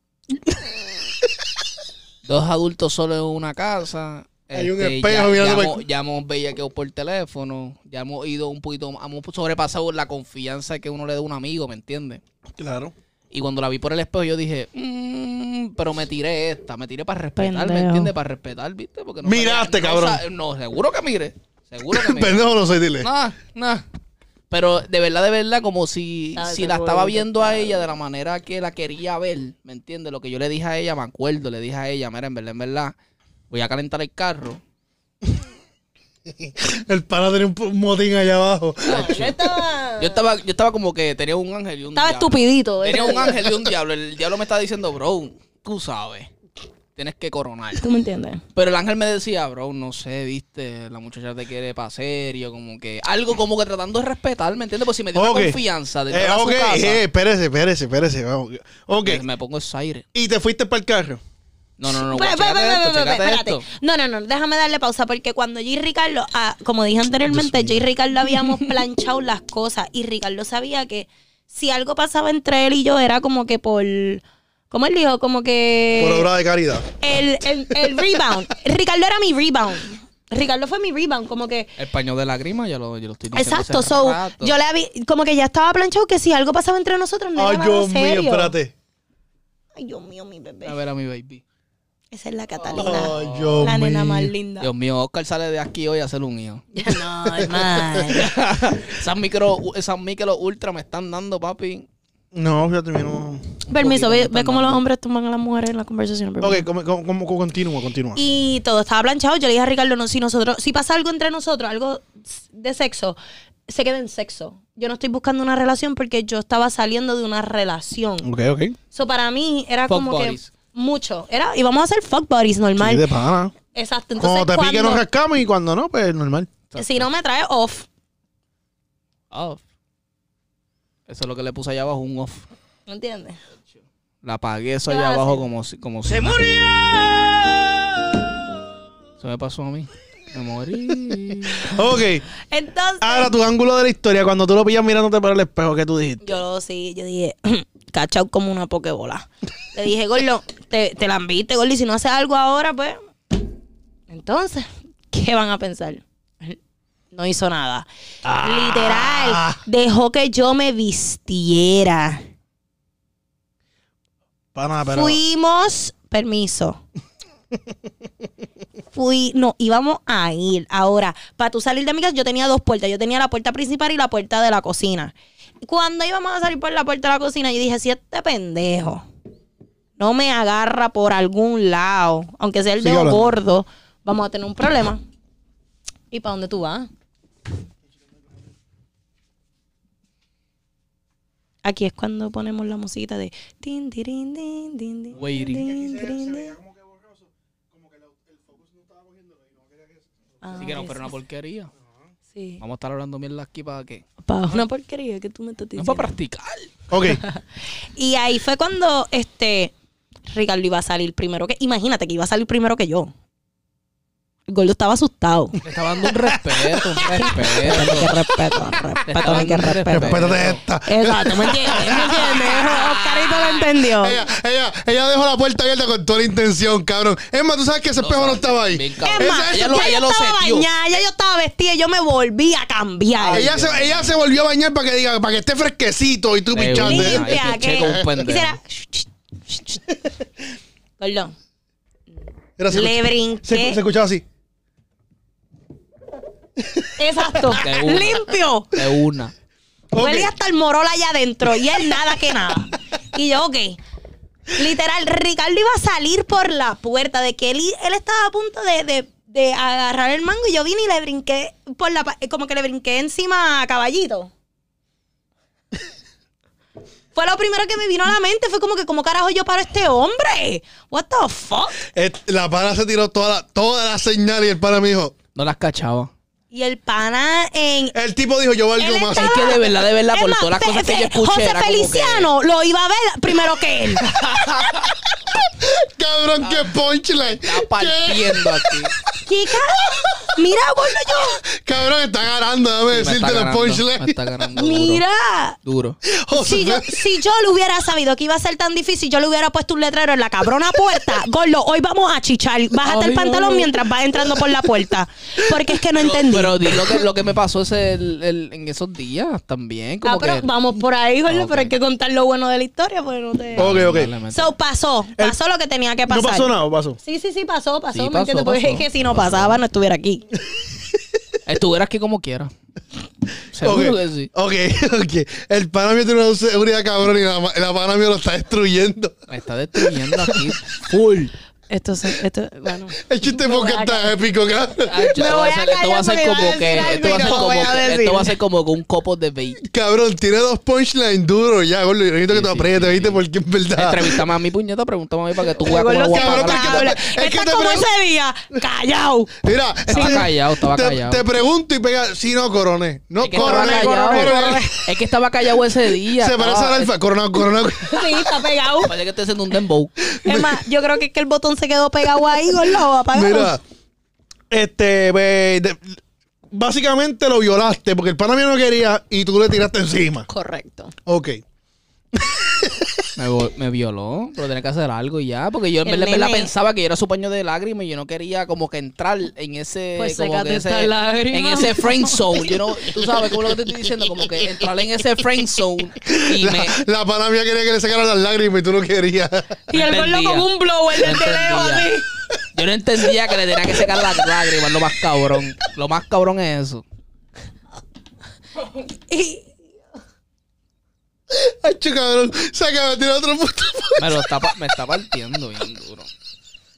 Speaker 4: dos adultos solo en una casa. Este,
Speaker 2: Hay un espejo mirando
Speaker 4: ya,
Speaker 2: pa-
Speaker 4: hemos, ya hemos bellaqueado por teléfono. Ya hemos ido un poquito, hemos sobrepasado la confianza que uno le da a un amigo, ¿me entiendes?
Speaker 2: Claro.
Speaker 4: Y cuando la vi por el espejo, yo dije, "Mm", pero me tiré esta, me tiré para respetar, ¿me
Speaker 3: Pendejo.
Speaker 4: entiendes? Para respetar, ¿viste? Porque
Speaker 2: Miraste,
Speaker 4: no
Speaker 2: cabrón.
Speaker 4: sa- No, seguro que mire. Seguro que mire.
Speaker 2: Pendejo no soy, dile.
Speaker 4: Nah, nah. Pero de verdad, de verdad, como si,
Speaker 3: Ay,
Speaker 4: si
Speaker 3: qué
Speaker 4: la estaba
Speaker 3: bonito,
Speaker 4: viendo a ella de la manera que la quería ver, ¿me entiendes? Lo que yo le dije a ella, me acuerdo, le dije a ella, mira, en verdad, en verdad, voy a calentar el carro.
Speaker 2: El pana tenía un p- un motín allá abajo.
Speaker 3: yo estaba,
Speaker 4: Yo estaba, yo estaba como que tenía un ángel y un
Speaker 3: estaba
Speaker 4: diablo.
Speaker 3: estupidito.
Speaker 4: Tenía un ángel y un diablo. El diablo me estaba diciendo, bro, tú sabes, tienes que coronar.
Speaker 3: ¿Tú me entiendes?
Speaker 4: Pero el ángel me decía, bro, no sé, viste, la muchacha te quiere para serio, como que algo como que tratando de respetar, ¿me entiendes? Pues si me dio una
Speaker 2: Ok.
Speaker 4: confianza dentro
Speaker 2: Eh,
Speaker 4: de
Speaker 2: ok,
Speaker 4: su casa,
Speaker 2: eh, espérese, espérese, espérese. vamos. Ok.
Speaker 4: me, me pongo excited.
Speaker 2: Y te fuiste para el carro.
Speaker 4: No, no, no,
Speaker 3: Pe-
Speaker 4: guau,
Speaker 3: pe-
Speaker 4: chécate
Speaker 3: pe-
Speaker 4: esto,
Speaker 3: pe- pe-
Speaker 4: chécate
Speaker 3: espérate.
Speaker 4: esto.
Speaker 3: No, no, no, déjame darle pausa porque cuando yo y Ricardo, ah, como dije anteriormente, yo y Ricardo habíamos planchado las cosas y Ricardo sabía que si algo pasaba entre él y yo era como que por, ¿cómo él dijo? Como que...
Speaker 2: por obra de caridad.
Speaker 3: el, el- el rebound. Ricardo era mi rebound. Ricardo fue mi rebound, como que...
Speaker 4: El paño de lágrimas ya lo, yo lo estoy diciendo
Speaker 3: Exacto,
Speaker 4: hace
Speaker 3: so,
Speaker 4: rato.
Speaker 3: yo le había, como que ya estaba planchado que si algo pasaba entre nosotros no
Speaker 2: Ay,
Speaker 3: era nada
Speaker 2: Dios mío,
Speaker 3: serio.
Speaker 2: espérate.
Speaker 3: Ay, Dios mío, mi
Speaker 4: A
Speaker 3: bebé.
Speaker 4: ver a mi baby.
Speaker 3: Esa es la Catalina,
Speaker 2: Ay, Dios
Speaker 3: la nena más
Speaker 2: mío.
Speaker 3: linda.
Speaker 4: Dios mío, Oscar sale de aquí hoy a hacer un hijo.
Speaker 3: No, hermano.
Speaker 4: esas micro, esas micro ultra me están dando, papi.
Speaker 2: No, fíjate, mí no.
Speaker 3: Permiso, ve,
Speaker 4: poquito,
Speaker 3: ve cómo los
Speaker 4: andando.
Speaker 3: hombres toman a las mujeres en la conversación. perdón.
Speaker 2: Ok, como, como- como- continúa, continúa.
Speaker 3: Y todo estaba planchado. Yo le dije a Ricardo, no, si nosotros, si pasa algo entre nosotros, algo de sexo, se queda en sexo. Yo no estoy buscando una relación porque yo estaba saliendo de una relación.
Speaker 2: Ok, ok.
Speaker 3: So para mí era
Speaker 4: Fuck
Speaker 3: como
Speaker 4: buddies.
Speaker 3: que mucho. Era, y vamos a hacer fuck buddies normal.
Speaker 2: Sí, de pana.
Speaker 3: Exacto.
Speaker 2: Cuando
Speaker 3: Entonces,
Speaker 2: te pique
Speaker 3: cuando-
Speaker 2: nos rascamos y cuando no, pues normal.
Speaker 3: si no me trae off.
Speaker 4: Off. Eso es lo que le puse allá abajo, un off.
Speaker 3: ¿Me entiendes?
Speaker 4: La apagué eso
Speaker 3: ¿Qué vas
Speaker 4: allá
Speaker 3: a
Speaker 4: abajo
Speaker 3: hacer?
Speaker 4: como si... Como ¡Se murió! Eso me pasó a mí. Me morí.
Speaker 2: Ok,
Speaker 3: Entonces,
Speaker 2: ahora tu ángulo de la historia, cuando tú lo pillas mirándote para el espejo, ¿qué tú dijiste?
Speaker 3: yo sí, yo dije, cachao como una pokebola. Le dije, Gordo, te, te la enviste, Gordo, y si no haces algo ahora, pues. Entonces, ¿qué van a pensar? No hizo nada. Literal, dejó que yo me vistiera.
Speaker 2: Pana, Ah, pero.
Speaker 3: Fuimos, permiso. Fui, no, íbamos a ir. Ahora, para tú salir de mi casa, yo tenía dos puertas. Yo tenía la puerta principal y la puerta de la cocina. Cuando íbamos a salir por la puerta de la cocina, yo dije, si este pendejo no me agarra por algún lado, aunque sea el
Speaker 2: Sigue
Speaker 3: dedo
Speaker 2: hablando.
Speaker 3: gordo, vamos a tener un problema. ¿Y para dónde tú vas? Aquí es cuando ponemos la musiquita de tin, tirin, din, din, din,
Speaker 4: Waiting.
Speaker 3: tin, tirin, din. Ah,
Speaker 4: Así que no,
Speaker 3: eso
Speaker 4: pero una porquería.
Speaker 3: Sí.
Speaker 4: Vamos a estar hablando mierda aquí para qué.
Speaker 3: Pa, una porquería que tú me estás
Speaker 4: No es
Speaker 3: diciendo.
Speaker 4: para practicar.
Speaker 2: Ok,
Speaker 3: Y ahí fue cuando este Ricardo iba a salir primero que. Imagínate que iba a salir primero que yo. El gordo estaba asustado.
Speaker 4: Le estaba dando un respeto, un
Speaker 3: Qué
Speaker 4: respeto.
Speaker 3: respeto,
Speaker 4: Te
Speaker 3: respeto,
Speaker 4: estaba
Speaker 3: qué
Speaker 4: dando
Speaker 3: respeto.
Speaker 4: respeto.
Speaker 2: respétate esta.
Speaker 3: Exacto, ¿me entiendes? ¿Me entiendes? Oscarito lo entendió.
Speaker 2: Ella, ella, ella dejó la puerta abierta con toda la intención, cabrón. Es más, tú sabes que ese espejo no estaba ahí.
Speaker 4: Bien
Speaker 3: Es
Speaker 4: cabrón.
Speaker 3: más,
Speaker 4: Ella
Speaker 3: ya
Speaker 4: lo,
Speaker 3: yo
Speaker 4: ella lo
Speaker 3: estaba
Speaker 4: setió.
Speaker 3: bañada, ya yo estaba vestida, yo me volví a cambiar.
Speaker 2: Ah, Ella se, ella se volvió a bañar para que diga, para que esté fresquecito y tú
Speaker 4: Me
Speaker 2: pichando.
Speaker 4: gusta.
Speaker 3: limpia, que
Speaker 4: Ay, que checo un pendejo.
Speaker 3: hiciera- Perdón.
Speaker 2: Era, se,
Speaker 3: Le
Speaker 2: escuch-
Speaker 3: brinqué.
Speaker 2: se- se escuchaba así.
Speaker 3: Exacto.
Speaker 4: De una.
Speaker 3: Limpio.
Speaker 4: De una.
Speaker 2: Ok.
Speaker 3: Huele hasta el morola allá adentro y él nada que nada. Y yo, ok. Literal, Ricardo iba a salir por la puerta de que él, él estaba a punto de, de- de agarrar el mango y yo vine y le brinqué por la pa- eh, como que le brinqué encima a caballito. Fue lo primero que me vino a la mente, fue como que como carajo yo paro a este hombre. What the fuck?
Speaker 2: Eh, La pana se tiró toda la, toda la señal y el pana me dijo.
Speaker 4: No las cachaba.
Speaker 3: Y el pana en
Speaker 2: El tipo dijo, yo valgo
Speaker 3: Él
Speaker 2: más.
Speaker 3: estaba-
Speaker 4: Es que de verdad, de verdad,
Speaker 3: Es
Speaker 4: por
Speaker 3: más,
Speaker 4: todas las
Speaker 3: Fe-
Speaker 4: cosas que
Speaker 3: Fe-
Speaker 4: yo escuché.
Speaker 3: José
Speaker 4: era como que-
Speaker 3: Feliciano lo iba a ver primero que él.
Speaker 2: Cabrón, qué punchline.
Speaker 4: Está
Speaker 2: ¿Qué?
Speaker 4: partiendo aquí.
Speaker 3: Chica, mira, gordo yo.
Speaker 2: Cabrón, está ganando, déjame
Speaker 4: Sí, me está
Speaker 2: decirte los
Speaker 4: ganando, Me
Speaker 2: punchlines.
Speaker 4: está ganando. duro,
Speaker 3: Mira.
Speaker 4: Duro.
Speaker 2: José,
Speaker 3: Si yo, si yo lo hubiera sabido que iba a ser tan difícil, yo le hubiera puesto un letrero en la cabrona puerta. Gordo, hoy vamos a chichar. Bájate el
Speaker 4: Ay,
Speaker 3: pantalón
Speaker 4: ay.
Speaker 3: mientras vas entrando por la puerta. Porque es que no entendí. Ah,
Speaker 4: Pero di lo que, lo que me pasó es el, el- en esos días también. Como
Speaker 3: Ah, pero
Speaker 4: que, Ah,
Speaker 3: vamos por ahí, gordo,
Speaker 4: Ok.
Speaker 3: pero hay que contar lo bueno de la historia, porque no te.
Speaker 2: Ok, ok.
Speaker 4: Dale, mete.
Speaker 3: So, pasó, pasó lo que tenía que pasar.
Speaker 2: nada, pasó.
Speaker 3: Sí, sí, sí, pasó, pasó,
Speaker 4: Sí,
Speaker 3: ¿me
Speaker 4: pasó,
Speaker 3: entiendes? Porque
Speaker 4: pasó,
Speaker 3: es que si no pasaba, no estuviera aquí.
Speaker 4: Estuvieras aquí como quieras.
Speaker 2: Ok,
Speaker 4: Seguro que sí.
Speaker 2: ok, ok. El pana mío tiene una seguridad cabrón y la, la pana mío lo está destruyendo.
Speaker 4: Me está destruyendo aquí. Full.
Speaker 3: Esto, se- esto bueno.
Speaker 2: El chiste
Speaker 3: Me voy
Speaker 2: porque
Speaker 3: a
Speaker 2: está épico, cabrón.
Speaker 4: Ah, esto
Speaker 3: Me
Speaker 4: va
Speaker 3: voy
Speaker 4: a
Speaker 3: a
Speaker 4: ser- esto va a
Speaker 3: callar porque
Speaker 4: ser
Speaker 3: iba
Speaker 4: como
Speaker 3: a
Speaker 4: que
Speaker 3: decir algo y no
Speaker 4: esto va a ser como
Speaker 3: voy a
Speaker 4: que- esto
Speaker 3: decir.
Speaker 4: va a ser como que un copo de bait.
Speaker 2: Cabrón, tiene dos punchlines duros ya, gordo. Yo necesito que
Speaker 4: Sí,
Speaker 2: te
Speaker 4: sí,
Speaker 2: aprietes,
Speaker 4: sí,
Speaker 2: ¿viste?
Speaker 4: sí.
Speaker 2: Porque es verdad.
Speaker 4: Entrevistame a mi puñeta, pregúntame a mí para que tú
Speaker 3: Gordo,
Speaker 4: veas cómo la voy a
Speaker 2: cabrón,
Speaker 4: pagar.
Speaker 2: porque te-
Speaker 3: habla.
Speaker 2: es que
Speaker 3: Está
Speaker 2: te
Speaker 3: como
Speaker 2: pregun-
Speaker 3: ese día, callao.
Speaker 2: Mira, este,
Speaker 4: Estaba callado, estaba
Speaker 2: te,
Speaker 4: callado.
Speaker 2: Te pregunto y pega. Sí, no, coroné. No,
Speaker 4: Es que estaba
Speaker 2: coroné,
Speaker 4: callado.
Speaker 2: coroné, coroné.
Speaker 4: Es que estaba callado ese día.
Speaker 2: Se parece al alfa. Coronado, coronado.
Speaker 3: Sí, está pegado.
Speaker 4: Parece que estoy haciendo un dembow.
Speaker 3: Es más, yo creo que es que el botón se quedó pegado ahí, gordo, apagado.
Speaker 2: Mira, este, ve, de- básicamente lo violaste porque el pana mío no quería y tú le tiraste encima.
Speaker 3: Correcto.
Speaker 2: Ok.
Speaker 4: Me, vo- me violó, pero tenía que hacer algo y ya. Porque yo en
Speaker 3: El
Speaker 4: verdad en verdad
Speaker 3: nene.
Speaker 4: pensaba que yo era su paño de lágrimas y yo no quería como que entrar en ese.
Speaker 3: Pues
Speaker 4: como
Speaker 3: sécate
Speaker 4: que
Speaker 3: esta lágrima.
Speaker 4: En ese frame zone. Yo no- tú sabes cómo es lo que te estoy diciendo. Como que entrar en ese frame zone y
Speaker 2: La,
Speaker 4: me.
Speaker 2: la pana mía quería que le sacaran las lágrimas y tú no querías.
Speaker 3: Y el gordo
Speaker 4: Entendía.
Speaker 3: con un blower
Speaker 4: No
Speaker 3: desde lejos
Speaker 4: entendía.
Speaker 3: así.
Speaker 4: Yo no entendía que le tenía que secar las lágrimas, lo más cabrón. Lo más cabrón es eso.
Speaker 3: Y-
Speaker 2: Ay, cabrón. Saca, me tiró otro puto.
Speaker 4: Me, lo está, pa- me está partiendo bien duro.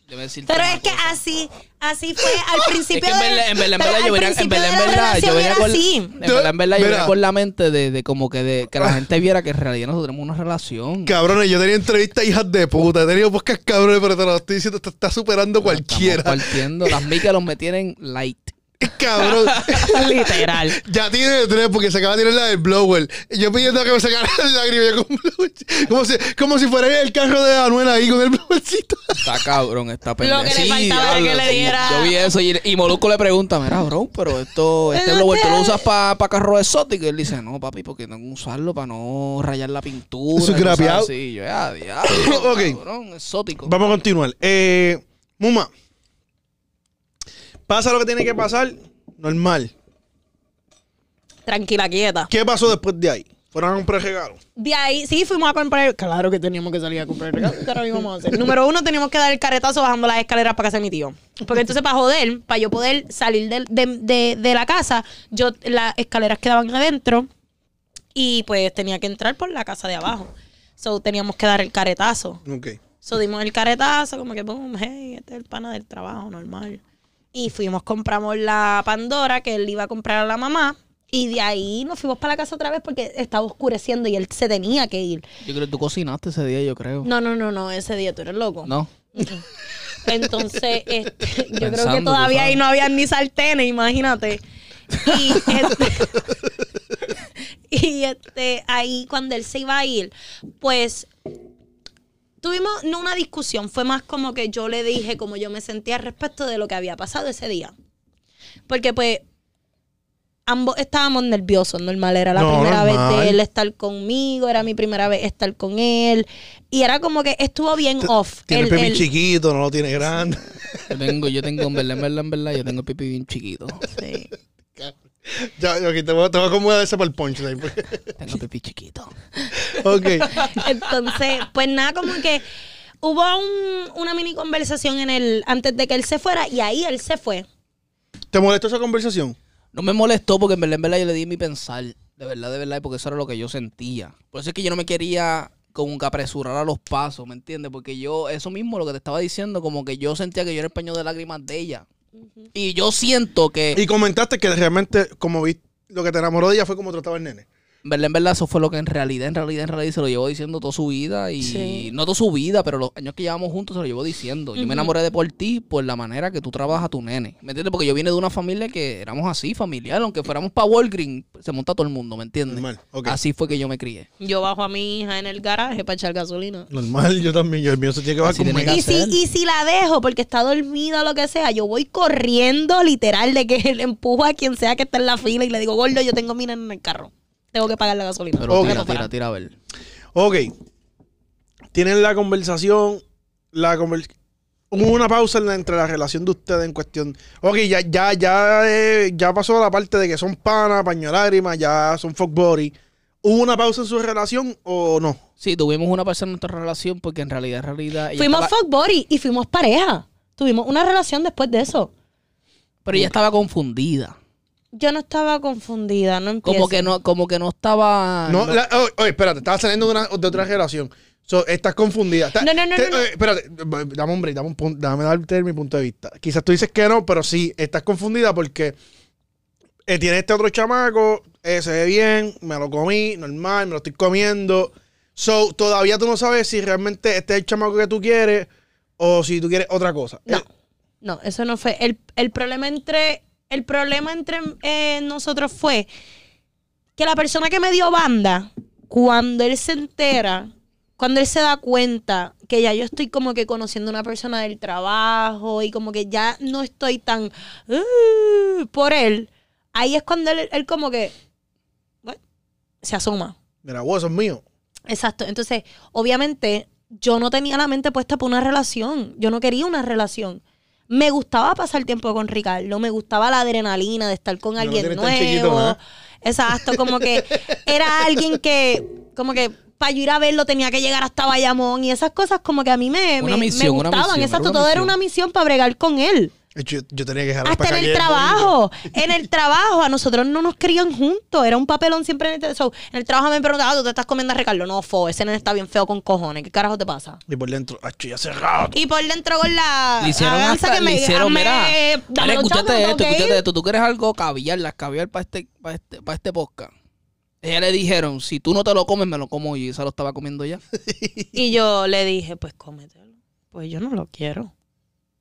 Speaker 4: Debe decirte
Speaker 3: Pero
Speaker 4: una
Speaker 3: es que
Speaker 4: cosa.
Speaker 3: así, así fue al principio.
Speaker 4: Es que en
Speaker 3: de-
Speaker 4: verdad, en verdad, en
Speaker 3: pero
Speaker 4: verdad,
Speaker 3: al
Speaker 4: yo venía, en
Speaker 3: principio
Speaker 4: verdad,
Speaker 3: de la
Speaker 4: en verdad, yo
Speaker 3: relación
Speaker 4: venía
Speaker 3: era
Speaker 4: con,
Speaker 3: así.
Speaker 4: en verdad, en verdad, yo
Speaker 2: Mira. Ah.
Speaker 4: venía con la mente de, de como que de que la gente viera que en realidad nosotros tenemos una relación.
Speaker 2: Cabrones, yo tenía entrevistas hijas de puta. He tenido podcast cabrones, pero te lo estoy diciendo, te está superando cualquiera.
Speaker 4: Estamos partiendo, las micas los me tienen light.
Speaker 2: Cabrón.
Speaker 4: Literal.
Speaker 2: Ya tiene tres porque se acaba de tirar la del blower. Yo pidiendo que me sacara el lágrima. yo como, como, si, como si fuera el carro de Anuel ahí con el blowercito.
Speaker 4: Está cabrón, está
Speaker 3: que le
Speaker 4: pendejo.
Speaker 3: faltaba era que
Speaker 4: diablo,
Speaker 3: le diera-
Speaker 4: Yo vi eso y, y Molusco le pregunta, mira, bro, pero esto, este
Speaker 3: Eso
Speaker 4: blower tú
Speaker 3: te-
Speaker 4: lo usas para carro exótico. Y él dice, no, papi, porque tengo que usarlo para no rayar la pintura.
Speaker 2: Eso es
Speaker 4: y cosas
Speaker 2: grapeado.
Speaker 4: así. Yo, ya, diablo,
Speaker 2: Ok.
Speaker 4: cabrón, exótico.
Speaker 2: Vamos a continuar. Eh, Muma. Pasa lo que tiene que pasar. Normal.
Speaker 3: Tranquila, quieta.
Speaker 2: ¿Qué pasó después de ahí? Fueron a comprar regalo.
Speaker 3: De ahí, sí, fuimos a comprar. Claro que teníamos que salir a comprar regalos. ¿Qué carajo íbamos a hacer? Número uno, teníamos que dar el carretazo bajando las escaleras para casa de mi tío. Porque entonces, para joder, para yo poder salir del- de, de- de la casa, yo las escaleras quedaban adentro y pues tenía que entrar por la casa de abajo. So, teníamos que dar el carretazo.
Speaker 2: Ok.
Speaker 3: So, dimos el carretazo, como que, boom, hey, este es el pana del trabajo, normal. Y fuimos, compramos la Pandora que él iba a comprar a la mamá. Y de ahí nos fuimos para la casa otra vez porque estaba oscureciendo y él se tenía que ir.
Speaker 4: Yo creo que tú cocinaste ese día, yo creo.
Speaker 3: No, no, no, no, ese día tú eres loco.
Speaker 4: No.
Speaker 3: Entonces, este, yo creo
Speaker 4: Pensando,
Speaker 3: que
Speaker 4: tú
Speaker 3: todavía ahí
Speaker 4: sabes.
Speaker 3: no habían ni sartenes, imagínate. Y este, y este, ahí cuando él se iba a ir, pues tuvimos no una discusión, fue más como que yo le dije cómo yo me sentía al respecto de lo que había pasado ese día. Porque pues ambos estábamos nerviosos, normal, era la
Speaker 2: No,
Speaker 3: primera
Speaker 2: normal.
Speaker 3: vez de él estar conmigo, era mi primera vez estar con él y era como que estuvo bien off.
Speaker 2: Tiene
Speaker 3: El-
Speaker 2: el, pipí
Speaker 3: el-
Speaker 2: chiquito, no lo tiene grande.
Speaker 4: Yo tengo, yo tengo, en verdad, en verdad, en verdad, yo tengo el pipí bien chiquito.
Speaker 3: sí.
Speaker 2: ya, ok, te voy, te voy a acomodar ese para el punchline. porque-
Speaker 4: Tengo el pipí chiquito.
Speaker 2: ok.
Speaker 3: Entonces, pues nada, como que hubo un- una mini conversación en el antes de que él se fuera y ahí él se fue.
Speaker 2: ¿Te molestó esa conversación?
Speaker 4: No me molestó porque en verdad, en verdad yo le di mi pensar. De verdad, de verdad, porque eso era lo que yo sentía. Por eso es que yo no me quería como que apresurar a los pasos, ¿me entiendes? Porque yo, eso mismo lo que te estaba diciendo, como que yo sentía que yo era el paño de lágrimas de ella. Y yo siento que,
Speaker 2: Y comentaste que realmente, como vi lo que te enamoró de ella fue como trataba el nene.
Speaker 4: en verdad, en verdad, eso fue lo que en realidad, en realidad, en realidad se lo llevó diciendo toda su vida. Y
Speaker 3: Sí.
Speaker 4: no toda su vida, pero los años que llevamos juntos se lo llevó diciendo. Yo me enamoré de por ti por la manera que tú trabajas a tu nene. ¿Me entiendes? Porque yo vine de una familia que éramos así, familiar. Aunque fuéramos para Walgreens, se monta todo el mundo, ¿me entiendes?
Speaker 2: Normal, ok.
Speaker 4: Así fue que yo me crié.
Speaker 3: Yo bajo a mi hija en el garaje para echar gasolina.
Speaker 2: Normal, yo también. Yo, el mío se tiene que bajar
Speaker 4: Así tiene
Speaker 2: conmigo.
Speaker 3: Y
Speaker 4: que
Speaker 3: si,
Speaker 4: hacer.
Speaker 3: y si la dejo porque está dormida o lo que sea, yo voy corriendo literal de que él empujo a quien sea que está en la fila y le digo, gordo, yo tengo mi nena en el carro. Tengo que pagar la gasolina.
Speaker 4: Pero
Speaker 2: Ok.
Speaker 4: tira, tira, tira, a ver.
Speaker 2: Ok. Tienen la conversación. La conver- Hubo una pausa en la- entre la relación de ustedes en cuestión. Ok, ya, ya, ya, eh, ya pasó la parte de que son pana, paño lágrima, ya son fuck body. ¿Hubo una pausa en su relación o no?
Speaker 4: Sí, tuvimos una pausa en nuestra relación porque en realidad, en realidad. ella
Speaker 3: fuimos
Speaker 4: estaba-
Speaker 3: fuck buddy y fuimos pareja. Tuvimos una relación después de eso.
Speaker 4: Pero ella estaba confundida.
Speaker 3: Yo no estaba confundida, no empiezo.
Speaker 4: Como que no, como que no
Speaker 3: Ah,
Speaker 4: estaba.
Speaker 2: no, la- oh, oh, espérate, estaba saliendo de, una- de otra relación. So, estás confundida. Está-
Speaker 3: No, no, no,
Speaker 2: te-
Speaker 3: no, no.
Speaker 2: eh, espérate, dame un break, dame, un pun- dame darte mi punto de vista. Quizás tú dices que no, pero sí, estás confundida porque eh, tiene este otro chamaco, eh, se ve bien, me lo comí, normal, me lo estoy comiendo. So, todavía tú no sabes si realmente este es el chamaco que tú quieres o si tú quieres otra cosa.
Speaker 3: No,
Speaker 2: Eh,
Speaker 3: no, eso no fue. El, el problema entre, el problema entre eh, nosotros fue que la persona que me dio banda, cuando él se entera, cuando él se da cuenta que ya yo estoy como que conociendo una persona del trabajo y como que ya no estoy tan "Uh", por él, ahí es cuando él, él como que "What?", se asoma.
Speaker 2: mira, vos, eso es mío.
Speaker 3: Exacto. Entonces, obviamente, yo no tenía la mente puesta por una relación. Yo no quería una relación. Me gustaba pasar tiempo con Ricardo, me gustaba la adrenalina de estar con
Speaker 2: No lo
Speaker 3: alguien
Speaker 2: tienes
Speaker 3: nuevo.
Speaker 2: tan chiquito, ¿verdad?
Speaker 3: Exacto, como que era alguien que, como que para yo ir a verlo tenía que llegar hasta Bayamón y esas cosas como que a mí me,
Speaker 4: Una
Speaker 3: me- me
Speaker 4: misión, una
Speaker 3: gustaban.
Speaker 4: misión, era
Speaker 3: Exacto,
Speaker 4: una
Speaker 3: todo era
Speaker 4: misión.
Speaker 3: una misión para bregar con él.
Speaker 2: Yo, yo tenía que dejar
Speaker 3: Hasta en el trabajo. En el trabajo, a nosotros no nos crían juntos. Era un papelón siempre en el, tra- so, en el trabajo. Me preguntaba, "Ah, tú te estás comiendo a Ricardo. No, fo, ese nene está bien feo con cojones. ¿Qué carajo te pasa?
Speaker 2: Y por dentro, ¡acho, ya cerrado!
Speaker 3: Y por dentro con la.
Speaker 4: Le hicieron
Speaker 3: aganza
Speaker 4: hasta,
Speaker 3: que me
Speaker 4: le hicieron,
Speaker 3: me-
Speaker 4: mira,
Speaker 3: dame
Speaker 4: mira,
Speaker 3: los
Speaker 4: escúchate
Speaker 3: chavos,
Speaker 4: esto,
Speaker 3: ¿ok?
Speaker 4: escúchate esto, tú quieres algo caviar, las caviar para este, para este, para este podcast. Ella le dijeron, si tú no te lo comes, me lo como yo, y se lo estaba comiendo ya.
Speaker 3: Y yo le dije, pues cómetelo. Pues yo no lo quiero.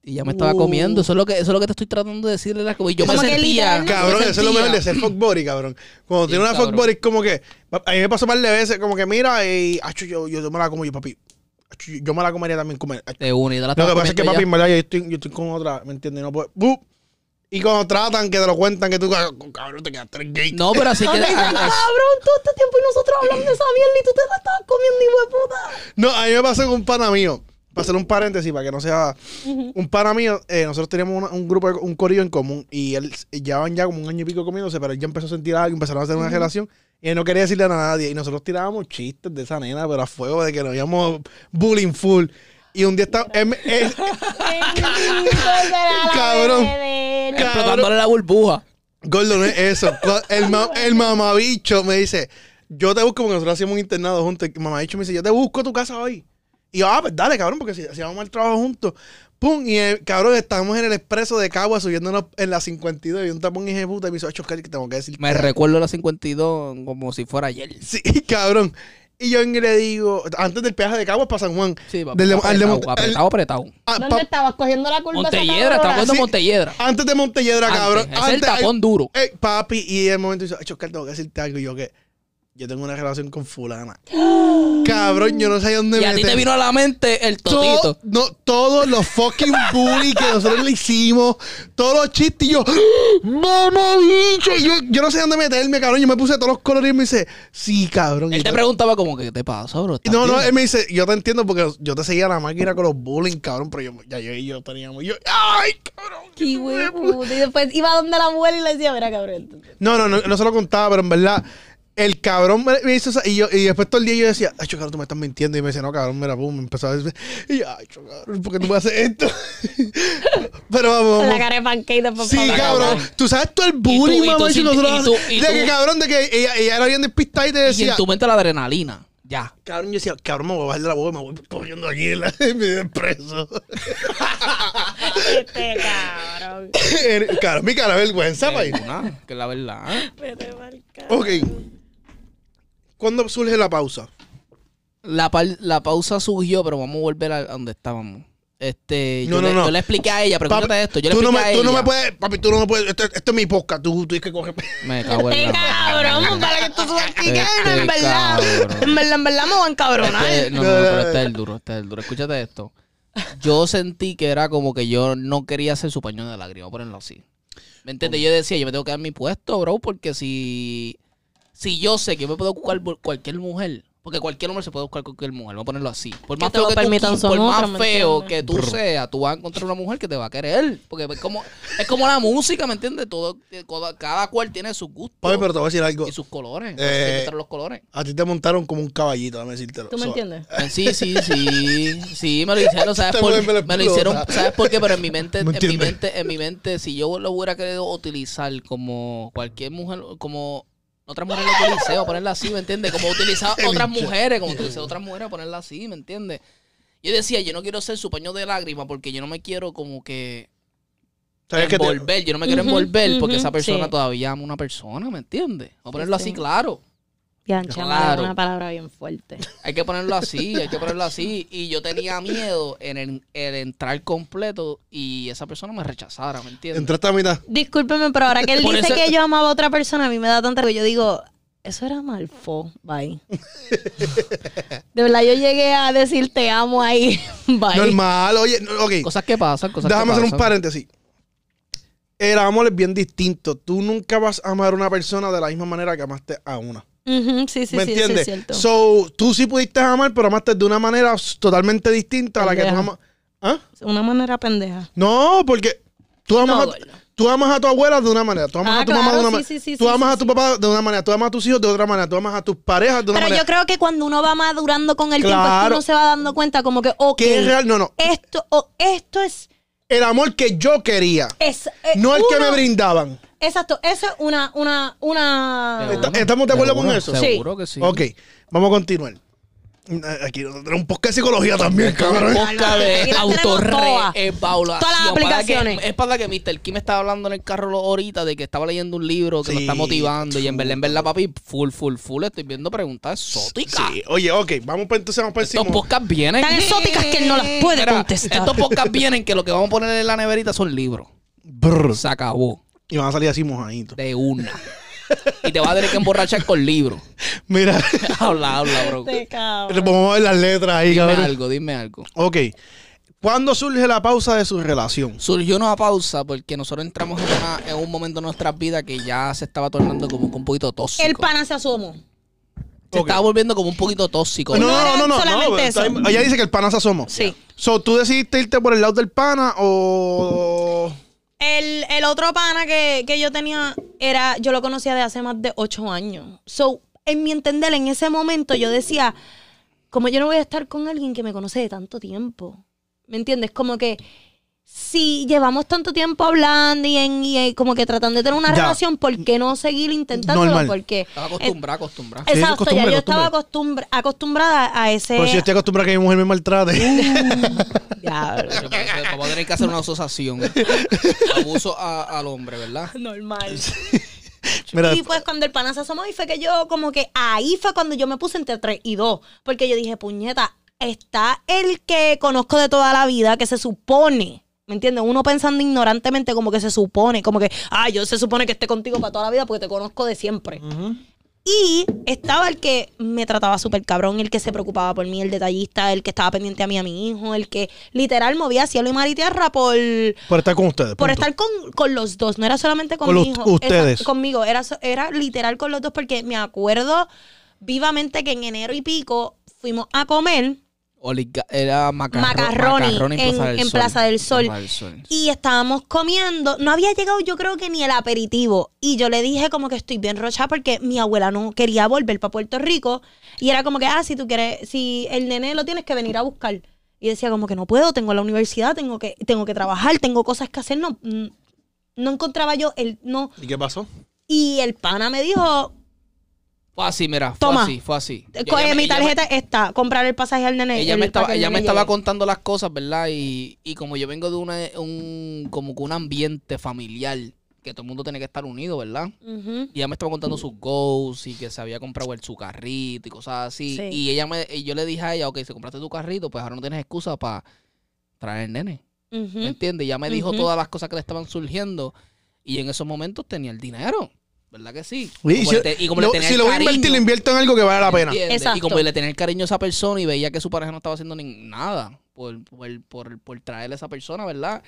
Speaker 4: Y ya me estaba
Speaker 3: Uh.
Speaker 4: comiendo, eso es lo que, eso es lo que te estoy tratando de decirle. la- Y yo me
Speaker 3: Como que
Speaker 4: sentía,
Speaker 3: literal-
Speaker 2: Cabrón,
Speaker 4: yo
Speaker 2: eso
Speaker 4: me
Speaker 2: es lo
Speaker 4: sentía-
Speaker 2: mejor de ser fuckbody, cabrón. Cuando
Speaker 4: Sí,
Speaker 2: tiene una
Speaker 4: cabrón.
Speaker 2: fuckbody, es como que. A mí me pasó un par de veces, como que mira, y. Acho, yo, yo me la como yo, papi. Acho, yo, yo me la comería también. Comer. Acho.
Speaker 4: De una, y te la
Speaker 2: Lo que
Speaker 4: estaba
Speaker 2: pasa es que,
Speaker 4: comiendo
Speaker 2: papi,
Speaker 4: ya.
Speaker 2: en verdad, yo estoy, yo estoy con otra, ¿me entiendes? No puedo. ¡Bup! Y cuando tratan, que te lo cuentan, que tú, "Ah, cabrón, te quedaste en el gate.
Speaker 4: No, pero así que. ah,
Speaker 3: Entonces, cabrón, todo este tiempo y nosotros hablando de esa mierda y tú te la estabas comiendo, hijo de puta.
Speaker 2: No, a mí me pasó con un pana mío. Para hacer un paréntesis, para que no sea. Un pana mío, eh, nosotros teníamos una- un grupo, de- un corillo en común. Y él llevaban ya como un año y pico comiéndose, pero él ya empezó a sentir algo, empezaron a hacer una relación. Y él no quería decirle a nadie. Y nosotros tirábamos chistes de esa nena, pero a fuego, de que nos íbamos bullying full. Y un día está. él- él- Cabrón.
Speaker 4: explotándole la burbuja.
Speaker 2: Gordo, no es eso. Cu- El, ma- el mamabicho me dice, yo te busco porque nosotros hacíamos un internado juntos. El mamabicho me dice, yo te busco a tu casa hoy. Y yo, ah, pues dale, cabrón, porque si hacíamos mal trabajo juntos. Pum, y el, cabrón, estábamos en el expreso de Cagua subiéndonos en la 52 y un tapón y de puta. Y me dice, ocho, que tengo que decir.
Speaker 4: Me recuerdo la 52 como si fuera ayer.
Speaker 2: Sí, cabrón. Y yo le digo, antes del peaje de Caguas para San Juan.
Speaker 4: Sí, papi.
Speaker 2: del- al de
Speaker 4: apretado,
Speaker 2: Monte-
Speaker 4: apretado, apretado.
Speaker 2: ah,
Speaker 3: ¿Dónde
Speaker 2: pa-
Speaker 3: estabas cogiendo la curva? esa
Speaker 4: Montelledra, estaba
Speaker 3: cabrona?
Speaker 4: cogiendo
Speaker 2: Sí.
Speaker 4: Montelledra.
Speaker 2: antes de Montelledra,
Speaker 4: Antes,
Speaker 2: cabrón.
Speaker 4: ese es el
Speaker 2: Antes, ay,
Speaker 4: tapón duro.
Speaker 2: Ey, papi, y en el momento dice, Oscar, tengo que decirte algo. Y yo que yo tengo una relación con fulana. Cabrón, yo no sé dónde
Speaker 4: Y a ti te
Speaker 2: meter.
Speaker 4: vino a la mente el
Speaker 2: To-
Speaker 4: totito.
Speaker 2: no, todos los fucking bully que nosotros le hicimos, todos los chistes, y yo, mamá bicho, yo, yo no sé dónde meterme, cabrón. Yo me puse todos los colores y me dice, sí, cabrón. Y
Speaker 4: Él te
Speaker 2: yo-
Speaker 4: preguntaba como que, ¿qué te pasa, bro? ¿Estás
Speaker 2: no, no,
Speaker 4: bien?"
Speaker 2: él me dice, yo te entiendo porque yo te seguía la máquina con los bullying, cabrón, pero yo, ya yo y yo teníamos, y yo, ay, cabrón.
Speaker 3: Qué hijo de puta. Y después iba donde la abuela y le decía, mira, cabrón.
Speaker 2: No, no, no, no se lo contaba, pero en verdad, el cabrón me, me hizo esa. Y, yo, y después todo el día yo decía, ay, cabrón, tú me estás mintiendo. Y me decía, no, cabrón, mira, pum, me empezó a decir, y yo, ay, cho, cabrón, ¿por qué tú me haces esto? pero vamos,
Speaker 3: Con la
Speaker 2: vamos.
Speaker 3: cara de pancake después.
Speaker 2: Sí,
Speaker 3: papá.
Speaker 2: cabrón.
Speaker 4: cabrón.
Speaker 2: Tú sabes todo el bullying,
Speaker 4: y tú
Speaker 2: mamá.
Speaker 4: sin-
Speaker 2: nosotros-
Speaker 4: y tú- y
Speaker 2: de
Speaker 4: tú-
Speaker 2: que cabrón, de que ella, ella era bien despistada y te
Speaker 4: Y en
Speaker 2: decía.
Speaker 4: tu mente la adrenalina. Ya.
Speaker 2: Cabrón, yo decía, cabrón, me voy a bajar de la boca, me voy corriendo aquí en la, me voy preso.
Speaker 3: Este cabrón.
Speaker 2: Cabrón, mi cara de vergüenza, país.
Speaker 4: Ninguna, que es la verdad. ¿eh?
Speaker 3: Vete pa'l carajo.
Speaker 2: Ok. ¿Cuándo surge la pausa?
Speaker 4: La, pal- la pausa surgió, pero vamos a volver a a donde estábamos. Este,
Speaker 2: No,
Speaker 4: yo,
Speaker 2: no,
Speaker 4: le,
Speaker 2: no.
Speaker 4: yo le expliqué a ella, pregúntate
Speaker 2: Papi,
Speaker 4: esto. Yo le
Speaker 2: tú, no
Speaker 4: expliqué
Speaker 2: me,
Speaker 4: a ella.
Speaker 2: tú no me puedes, papi, tú no me puedes. Esto, esto es mi podcast, tú, tú tienes que coger.
Speaker 4: Me cago en
Speaker 3: Este
Speaker 4: la...
Speaker 3: cabrón, para que tú subas aquí, que
Speaker 4: Oh, Este
Speaker 3: en verdad.
Speaker 4: cabrón.
Speaker 3: En verdad, en verdad me van ¿eh? cabronar.
Speaker 4: Este- no, no, no, pero este es el duro, este es el duro. Escúchate esto. Yo sentí que era como que yo no quería ser su paño de lágrimas, ponerlo así. ¿Me entiendes? Yo decía, yo me tengo que dar mi puesto, bro, porque si, si yo sé que yo me puedo buscar por cualquier mujer, porque cualquier hombre se puede buscar cualquier mujer, vamos a ponerlo así. Por
Speaker 3: Que
Speaker 4: más
Speaker 3: te
Speaker 4: feo
Speaker 3: lo
Speaker 4: que tú,
Speaker 3: permitan
Speaker 4: qui-
Speaker 3: son
Speaker 4: por más
Speaker 3: otros, ¿me
Speaker 4: feo
Speaker 3: entiendes?
Speaker 4: que tú seas, tú vas a encontrar una mujer que te va a querer, porque es como, es como la música, ¿me entiendes? Todo, todo- cada cual tiene sus gustos
Speaker 2: Papi, pero te voy a decir algo.
Speaker 4: y sus colores.
Speaker 2: Eh,
Speaker 4: Hay que encontrar los colores.
Speaker 2: A ti te montaron como un caballito, déjame decírtelo.
Speaker 3: ¿Tú me
Speaker 2: So-
Speaker 3: entiendes?
Speaker 4: Eh, Sí, sí, sí. Sí, me lo hicieron, ¿sabes?
Speaker 2: Te
Speaker 4: por-
Speaker 2: vuelve la
Speaker 4: me lo hicieron,
Speaker 2: explota.
Speaker 4: ¿sabes por qué? Pero en mi mente,
Speaker 2: ¿Me
Speaker 4: en mi
Speaker 2: entiendes?
Speaker 4: mente, en mi mente, si yo lo hubiera querido utilizar como cualquier mujer, como otras mujeres lo utilicé, o ponerla así, ¿me entiendes? Como utilizaba
Speaker 2: El
Speaker 4: otras
Speaker 2: bicho.
Speaker 4: mujeres, como utilicé otras mujeres, ponerla así, ¿me entiendes? Yo decía, yo no quiero ser su paño de lágrimas porque yo no me quiero como que
Speaker 2: ¿Sabes que te-
Speaker 4: envolver, yo no me quiero
Speaker 3: Ujú,
Speaker 4: envolver porque
Speaker 3: ujú,
Speaker 4: esa persona
Speaker 3: sí.
Speaker 4: todavía ama a una persona, ¿me entiendes? O ponerlo así
Speaker 3: sí.
Speaker 4: claro.
Speaker 3: Bianca,
Speaker 4: Claro.
Speaker 3: una palabra bien fuerte.
Speaker 4: Hay que ponerlo así, hay que ponerlo así. Y yo tenía miedo en el, el entrar completo y esa persona me rechazara, ¿me entiendes?
Speaker 2: entraste a mitad.
Speaker 3: Discúlpeme, pero ahora que él
Speaker 4: Por
Speaker 3: dice
Speaker 4: eso-
Speaker 3: que yo amaba a otra persona, a mí me da tanta que yo digo, eso era malfo, bye. De verdad, yo llegué a decir te amo ahí, bye.
Speaker 2: Normal, oye, no, ok.
Speaker 4: Cosas que pasan, cosas
Speaker 2: Déjame
Speaker 4: que
Speaker 2: hacer
Speaker 4: pasan.
Speaker 2: un paréntesis. El amor es bien distinto. Tú nunca vas a amar a una persona de la misma manera que amaste a una.
Speaker 3: Ujú, sí, sí,
Speaker 2: ¿Me
Speaker 3: sí, eso es
Speaker 2: entiendes?
Speaker 3: cierto.
Speaker 2: so, tú sí pudiste amar, pero amaste de una manera totalmente distinta a la que tú
Speaker 3: Pendeja.
Speaker 2: amas. ¿Ah?
Speaker 3: una manera pendeja.
Speaker 2: No, porque tú amas,
Speaker 3: No,
Speaker 2: a,
Speaker 3: gordo.
Speaker 2: tú amas a tu abuela de una manera, tú amas
Speaker 3: Ah,
Speaker 2: a tu mamá de
Speaker 3: claro,
Speaker 2: una
Speaker 3: sí,
Speaker 2: manera,
Speaker 3: sí, sí,
Speaker 2: tú
Speaker 3: sí,
Speaker 2: amas
Speaker 3: sí,
Speaker 2: a tu
Speaker 3: sí.
Speaker 2: papá de una manera, tú amas a tus hijos de otra manera, tú amas a tus parejas de una
Speaker 3: Pero yo
Speaker 2: manera.
Speaker 3: creo que cuando uno va madurando con el tiempo, es que
Speaker 2: Claro.
Speaker 3: uno se va dando cuenta como que, ok,
Speaker 2: ¿Qué es real? No, no.
Speaker 3: esto, o esto es
Speaker 2: el amor que yo quería,
Speaker 3: Es, eh,
Speaker 2: no el que
Speaker 3: uno-
Speaker 2: me brindaban.
Speaker 3: Exacto, eso es una, una, una...
Speaker 2: Seguro. estamos de acuerdo con
Speaker 4: Seguro,
Speaker 2: eso?
Speaker 3: Sí.
Speaker 4: Seguro que sí.
Speaker 2: Ok, vamos a continuar. Aquí nosotros tenemos un podcast de psicología también, cabrón.
Speaker 4: Podcast
Speaker 3: Aquí
Speaker 4: de
Speaker 3: las tenemos todas.
Speaker 4: autorreevaluación.
Speaker 3: Todas las
Speaker 4: Para que-
Speaker 3: aplicaciones.
Speaker 4: Es para que Mr. Kim estaba hablando en el carro lo- ahorita de que estaba leyendo un libro que me
Speaker 2: Sí.
Speaker 4: está motivando. Y en verdad, en verdad, papi, full, full, full. Estoy viendo preguntas exóticas.
Speaker 2: Sí, oye, ok, vamos pa- entonces vamos para
Speaker 4: Estos
Speaker 2: encima.
Speaker 4: podcasts vienen.
Speaker 3: Tan exóticas que él no las puede
Speaker 4: Mira,
Speaker 3: contestar.
Speaker 4: Estos podcasts vienen que lo que vamos a poner en la neverita son libros.
Speaker 2: Brr,
Speaker 4: Se acabó.
Speaker 2: y van a salir así mojaditos.
Speaker 4: De una. y te vas a tener que emborrachar con libros.
Speaker 2: Mira,
Speaker 4: habla, habla, bro.
Speaker 3: Este cabrón.
Speaker 2: vamos a ver las letras ahí,
Speaker 4: Dime
Speaker 2: cabrón.
Speaker 4: algo, dime algo.
Speaker 2: Ok, ¿cuándo surge la pausa de su relación?
Speaker 4: Surgió una pausa porque nosotros entramos en, una- en un momento de nuestras vidas que ya se estaba tornando como que un poquito tóxico.
Speaker 3: El pana se asomó.
Speaker 4: Se
Speaker 2: Ok.
Speaker 4: estaba volviendo como un poquito tóxico.
Speaker 2: No,
Speaker 4: ¿verdad?
Speaker 2: no, no, no, no.
Speaker 3: Pues solamente
Speaker 2: está-
Speaker 3: eso.
Speaker 2: Ella dice que el pana se asomó.
Speaker 3: Sí.
Speaker 2: So, ¿tú decidiste irte por el lado del pana o...?
Speaker 3: Eh. El, el otro pana que, que yo tenía era, yo lo conocía de hace más de ocho años. So, en mi entender, en ese momento yo decía, como yo no voy a estar con alguien que me conoce de tanto tiempo. ¿Me entiendes? Como que si llevamos tanto tiempo hablando y, en, y en- como que tratando de tener una
Speaker 2: Ya.
Speaker 3: relación, ¿por qué no seguir intentándolo?
Speaker 2: Normal.
Speaker 3: Porque
Speaker 4: Estaba acostumbrado, acostumbrado.
Speaker 2: Sí, eso es
Speaker 3: Exacto, ya
Speaker 2: costumbre,
Speaker 3: yo estaba acostumbra- acostumbrada a ese.
Speaker 2: Por si yo estoy acostumbrada a que mi mujer me maltrate.
Speaker 3: Diablo.
Speaker 4: Yo creo que Vamos a tener que hacer una asociación. Abuso a- al hombre, ¿verdad?
Speaker 3: Normal.
Speaker 2: Mira,
Speaker 3: Y pues cuando el pana se asomó y fue que yo como que ahí fue cuando yo me puse entre tres y dos. Porque yo dije, puñeta, está el que conozco de toda la vida que se supone. ¿Me entiendes? Uno pensando ignorantemente como que se supone, como que, ah, yo se supone que esté contigo para toda la vida porque te conozco de siempre. Y estaba el que me trataba súper cabrón, el que se preocupaba por mí, el detallista, el que estaba pendiente a mí, a mi hijo, el que literal movía cielo y mar y tierra por,
Speaker 2: por estar con ustedes.
Speaker 3: por
Speaker 2: punto.
Speaker 3: estar con, con los dos, no era solamente con,
Speaker 2: Con
Speaker 3: mi
Speaker 2: los-
Speaker 3: hijo.
Speaker 2: ustedes.
Speaker 3: Esa- conmigo, era, so- era literal con los dos porque me acuerdo vivamente que en enero y pico fuimos a comer
Speaker 4: Oliga- era macarro-
Speaker 3: Macarroni
Speaker 4: macarroni
Speaker 3: en- en Plaza del Sol.
Speaker 4: Plaza del Sol.
Speaker 3: y estábamos comiendo. No había llegado yo creo que ni el aperitivo. Y yo le dije como que estoy bien rocha porque mi abuela no quería volver para Puerto Rico. Y era como que, ah, si tú quieres, si el nene lo tienes que venir a buscar. Y decía como que no puedo, tengo la universidad, tengo que, tengo que trabajar, tengo cosas que hacer. No, mm, no encontraba yo, el, no,
Speaker 2: ¿Y qué pasó?
Speaker 3: Y el pana me dijo,
Speaker 4: Fue así, mira, fue
Speaker 3: Toma.
Speaker 4: así, fue así.
Speaker 3: coge
Speaker 4: Ella me-
Speaker 3: mi
Speaker 4: ella me-
Speaker 3: tarjeta está, comprar el pasaje al nene.
Speaker 4: ella
Speaker 3: el-
Speaker 4: me
Speaker 3: para
Speaker 4: estaba,
Speaker 3: que el
Speaker 4: ella me
Speaker 3: nene
Speaker 4: estaba
Speaker 3: llegue".
Speaker 4: contando las cosas, ¿verdad? Y, y como yo vengo de una, un, como que un ambiente familiar, que todo el mundo tiene que estar unido, ¿verdad?
Speaker 3: Ujú.
Speaker 4: Y ella me estaba contando sus goals y que se había comprado el, su carrito y cosas así.
Speaker 3: Sí.
Speaker 4: Y ella me, y yo le dije a ella, ok, si compraste tu carrito, pues ahora no tienes excusa para traer el nene.
Speaker 3: Ujú.
Speaker 4: ¿Me entiendes? Ya me dijo
Speaker 3: Ujú.
Speaker 4: todas las cosas que le estaban surgiendo. Y en esos momentos tenía el dinero. ¿Verdad que sí?
Speaker 2: Y
Speaker 4: Como
Speaker 2: si
Speaker 4: le te- y como le
Speaker 2: lo-
Speaker 4: tenía
Speaker 2: si
Speaker 4: el
Speaker 2: lo voy a invertir,
Speaker 4: cariño.
Speaker 2: lo invierto en algo que vale la pena.
Speaker 4: ¿Entiendes? Y
Speaker 3: Exacto.
Speaker 4: como le tenía el cariño a esa persona y veía que su pareja no estaba haciendo ni nada por, por, por, por traerle a esa persona, ¿verdad?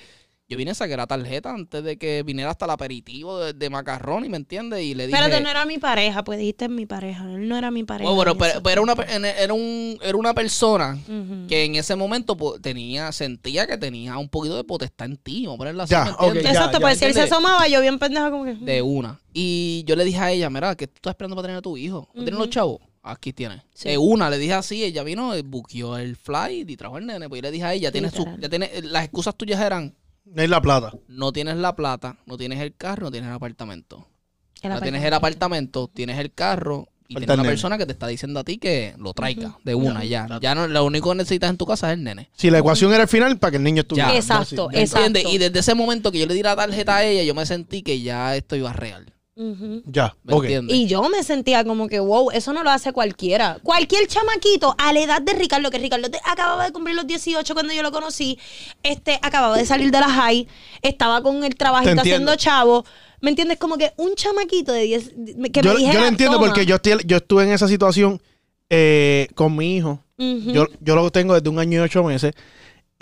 Speaker 4: Yo vine a sacar la tarjeta antes de que viniera hasta el aperitivo de, de macarrón, ¿me entiendes? Y le dije...
Speaker 3: Espérate, no era mi pareja, pues dijiste mi pareja, él no era mi pareja.
Speaker 4: Bueno, pero,
Speaker 3: y
Speaker 4: pero-
Speaker 3: eso.
Speaker 4: pero era, una, per- en- era, un, era una persona
Speaker 3: Ujú.
Speaker 4: que en ese momento pues, tenía sentía que tenía un poquito de potestad en ti, vamos a ponerlo así,
Speaker 2: Ya,
Speaker 4: ¿me entiendes?
Speaker 2: ok, ya,
Speaker 3: Exacto, pues si él se
Speaker 4: ¿Entiendes?
Speaker 3: asomaba, yo bien pendeja como que...
Speaker 4: De una. Y yo le dije a ella, mira, que tú estás esperando para tener a tu hijo. ¿No ¿Tienes los chavos? Aquí tienes.
Speaker 3: Sí.
Speaker 4: De una, le dije así, ella vino, eh, buqueó el flight y trajo el nene. Pues yo le dije a ella, tienes tu-
Speaker 3: Literal.
Speaker 4: ya tienes, las excusas tuyas eran,
Speaker 2: Es la plata.
Speaker 4: no tienes la plata, no tienes el carro, no tienes el apartamento.
Speaker 3: "Mm, El
Speaker 4: no tienes
Speaker 3: apartamento.
Speaker 4: el apartamento, tienes el carro y
Speaker 2: Falta
Speaker 4: tienes
Speaker 2: el
Speaker 4: una
Speaker 2: nene.
Speaker 4: persona que te está diciendo a ti que lo traiga de una ya. Ya no, lo único que necesitas en tu casa es el nene.
Speaker 2: Si la ecuación era el final, para que el niño estuviera.
Speaker 4: Ya.
Speaker 3: Exacto,
Speaker 2: Así.
Speaker 3: exacto.
Speaker 4: ¿Entiendes? Y desde ese momento que yo le di la tarjeta a ella, yo me sentí que ya esto iba real.
Speaker 3: Ujú.
Speaker 2: Ya,
Speaker 4: ¿Me
Speaker 2: ok.
Speaker 4: entiendes?
Speaker 3: Y yo me sentía como que, wow, eso no lo hace cualquiera. Cualquier chamaquito a la edad de Ricardo, que Ricardo te- acababa de cumplir los 18 cuando yo lo conocí, este, acababa de salir de la high, estaba con el
Speaker 2: Te
Speaker 3: trabajito
Speaker 2: entiendo.
Speaker 3: haciendo chavo. ¿Me entiendes? Como que un chamaquito de 10, de- que
Speaker 2: yo,
Speaker 3: me dijera,
Speaker 2: yo lo entiendo
Speaker 3: "Toma".
Speaker 2: porque yo, estoy- yo estuve en esa situación eh, con mi hijo.
Speaker 3: Ujú.
Speaker 2: yo, yo lo tengo desde un año y ocho meses.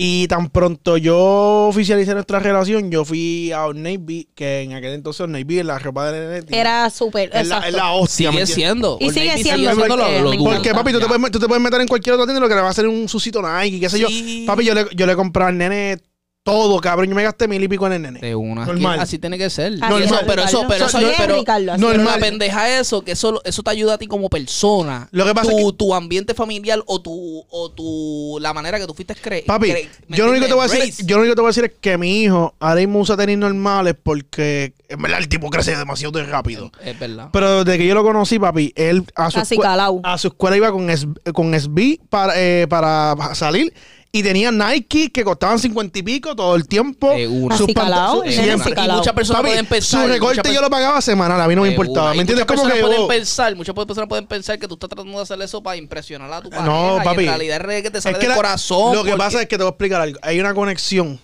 Speaker 2: Y tan pronto yo oficialicé nuestra relación, yo fui a Old Navy, que en aquel entonces Old Navy, la ropa de nene, tío,
Speaker 3: Era súper,
Speaker 2: es la,
Speaker 3: exacto.
Speaker 2: es la hostia. ¿me
Speaker 4: Sigue
Speaker 2: entiendes?
Speaker 4: siendo.
Speaker 3: Y
Speaker 4: Old
Speaker 3: sigue
Speaker 4: Navy
Speaker 3: siendo, porque me
Speaker 4: duro.
Speaker 2: Porque, papi, tú te,
Speaker 4: Ya.
Speaker 2: puedes, tú te puedes meter en cualquier otra tienda y lo que le va a hacer un susito Nike, qué sé
Speaker 4: Sí.
Speaker 2: yo. Papi, yo le, yo le compraba al nene Todo, cabrón. Yo me gasté mil y pico en el nene.
Speaker 4: De una.
Speaker 2: Normal.
Speaker 4: Así tiene que ser.
Speaker 3: Así
Speaker 2: Normal.
Speaker 3: es,
Speaker 2: Eso,
Speaker 4: pero eso,
Speaker 3: Ricardo.
Speaker 4: pero eso,
Speaker 3: Así es,
Speaker 4: pero-
Speaker 3: Ricardo, así
Speaker 2: no,
Speaker 3: es.
Speaker 4: Pero
Speaker 2: Normal.
Speaker 4: la pendeja es eso, que eso, eso te ayuda a ti como persona.
Speaker 2: Lo que pasa
Speaker 4: tu,
Speaker 2: es
Speaker 4: tu ambiente familiar o tu, o tu la manera que tú fuiste creer.
Speaker 2: Papi, yo lo, único que te voy a decir, yo lo único que te voy a decir es que mi hijo ahora mismo usa tenis normales porque en verdad el tipo crece demasiado de rápido.
Speaker 4: Es verdad.
Speaker 2: Pero desde que yo lo conocí, papi, él a su,
Speaker 3: Casi
Speaker 2: escue-
Speaker 3: calao.
Speaker 2: a su escuela iba con, es- con SB para, eh, para salir y tenía Nike que costaban cincuenta y pico todo el tiempo.
Speaker 4: De una.
Speaker 2: Sus
Speaker 3: Así
Speaker 2: pant-
Speaker 3: calao,
Speaker 2: su-
Speaker 3: el
Speaker 4: Y
Speaker 3: nene
Speaker 2: siempre.
Speaker 3: así
Speaker 4: muchas- y
Speaker 3: calao.
Speaker 4: muchas personas
Speaker 2: Papi,
Speaker 4: pueden pensar.
Speaker 2: Su
Speaker 4: muchas
Speaker 2: recorte
Speaker 4: per-
Speaker 2: yo lo pagaba semanal, a mí no me
Speaker 4: de
Speaker 2: importaba.
Speaker 4: una. Y
Speaker 2: ¿Me entiendes?
Speaker 4: Muchas
Speaker 2: Como
Speaker 4: personas
Speaker 2: que
Speaker 4: pueden
Speaker 2: oh,
Speaker 4: pensar, muchas personas pueden pensar que tú estás tratando de hacer eso para impresionar a tu pareja.
Speaker 2: No, papi.
Speaker 4: Y en realidad es que te sale
Speaker 2: Es que
Speaker 4: del
Speaker 2: la-
Speaker 4: corazón.
Speaker 2: Lo que
Speaker 4: porque-
Speaker 2: pasa es que te voy a explicar algo. Hay una conexión.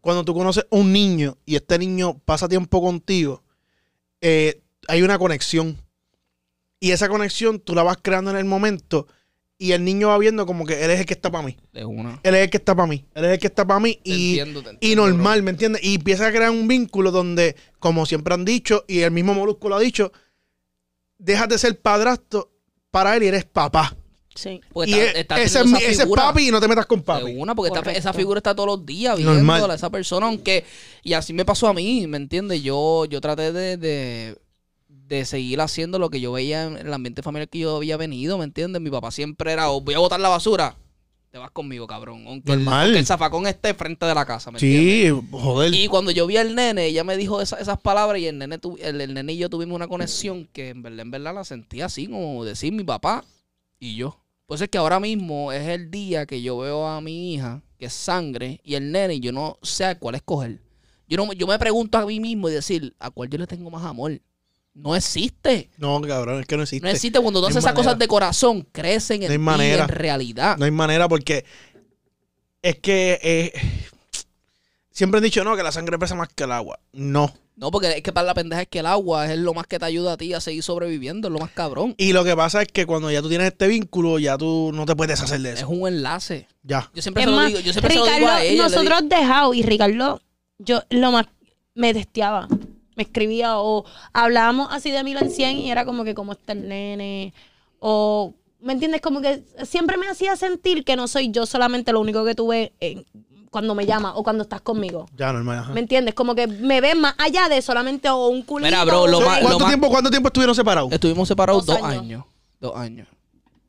Speaker 2: Cuando tú conoces a un niño y este niño pasa tiempo contigo, eh, hay una conexión. Y esa conexión tú la vas creando en el momento y el niño va viendo como que él es el que está para mí.
Speaker 4: De una.
Speaker 2: Él es el que está para mí. Él es el que está para mí.
Speaker 4: Te
Speaker 2: Y,
Speaker 4: entiendo, te
Speaker 2: y
Speaker 4: entiendo,
Speaker 2: normal, ¿me entiendes? Y empieza a crear un vínculo donde, como siempre han dicho, y el mismo Molusco lo ha dicho, dejas de ser padrastro para él y eres papá.
Speaker 3: Sí.
Speaker 4: bro. Porque
Speaker 2: Y
Speaker 4: Pues está-
Speaker 2: e-
Speaker 4: está
Speaker 2: ese, es
Speaker 4: teniendo
Speaker 2: mi-
Speaker 4: esa
Speaker 2: ese es
Speaker 4: figura.
Speaker 2: papi y no te metas con
Speaker 4: De
Speaker 2: papi.
Speaker 4: una, porque esta-
Speaker 3: Correcto.
Speaker 4: esa figura está todos los días
Speaker 2: Normal.
Speaker 4: viéndola, esa persona, aunque. Y así me pasó a mí, ¿me entiendes? Yo, yo traté de, de, de seguir haciendo lo que yo veía en el ambiente familiar que yo había venido, ¿me entiendes? Mi papá siempre era, "Oh, voy a botar la basura. Te vas conmigo, cabrón. Aunque, el,
Speaker 2: Normal.
Speaker 4: aunque el zafacón esté frente de la casa, ¿me entiendes?
Speaker 2: Sí, joder.
Speaker 4: Y cuando yo vi al nene, ella me dijo esa- esas palabras y el nene, tu- el, el nene y yo tuvimos una conexión que en verdad, en verdad la sentí así, como decir mi papá y yo. Pues es que ahora mismo es el día que yo veo a mi hija, que es sangre, y el nene, y yo no sé a cuál escoger. Yo, no, yo me pregunto a mí mismo y decir, ¿a cuál yo le tengo más amor? No existe.
Speaker 2: no, cabrón, es que no existe.
Speaker 4: No existe. Cuando tú
Speaker 2: No hay
Speaker 4: haces esas
Speaker 2: manera.
Speaker 4: cosas de corazón, crecen en,
Speaker 2: No hay
Speaker 4: ti,
Speaker 2: manera.
Speaker 4: en realidad.
Speaker 2: No hay manera porque es que eh, siempre han dicho no, que la sangre pesa más que el agua. No.
Speaker 4: No, porque es que para la pendeja es que el agua es lo más que te ayuda a ti a seguir sobreviviendo, es lo más cabrón.
Speaker 2: Y lo que pasa es que cuando ya tú tienes este vínculo, ya tú no te puedes deshacer de
Speaker 4: Es
Speaker 2: eso.
Speaker 4: un enlace.
Speaker 2: Ya.
Speaker 4: Yo siempre
Speaker 3: Es
Speaker 4: se lo
Speaker 3: más,
Speaker 4: digo, yo siempre se lo digo a
Speaker 3: Ricardo,
Speaker 4: ella. le digo-
Speaker 3: nosotros dejado y Ricardo, yo lo más me testeaba, me escribía o hablábamos así de mil en cien y era como que cómo está el nene o ¿me entiendes? Como que siempre me hacía sentir que no soy yo solamente lo único que tuve eh, cuando me llama o cuando estás conmigo.
Speaker 2: Ya, normal. ajá.
Speaker 3: ¿Me entiendes? Como que me ven más allá de solamente o un culito.
Speaker 4: Mira, bro, lo
Speaker 3: o-
Speaker 4: más-
Speaker 2: ¿Cuánto,
Speaker 4: ma-
Speaker 2: tiempo, ¿Cuánto tiempo estuvieron separados?
Speaker 4: Estuvimos separados dos,
Speaker 3: Dos
Speaker 4: años.
Speaker 3: años.
Speaker 4: Dos años.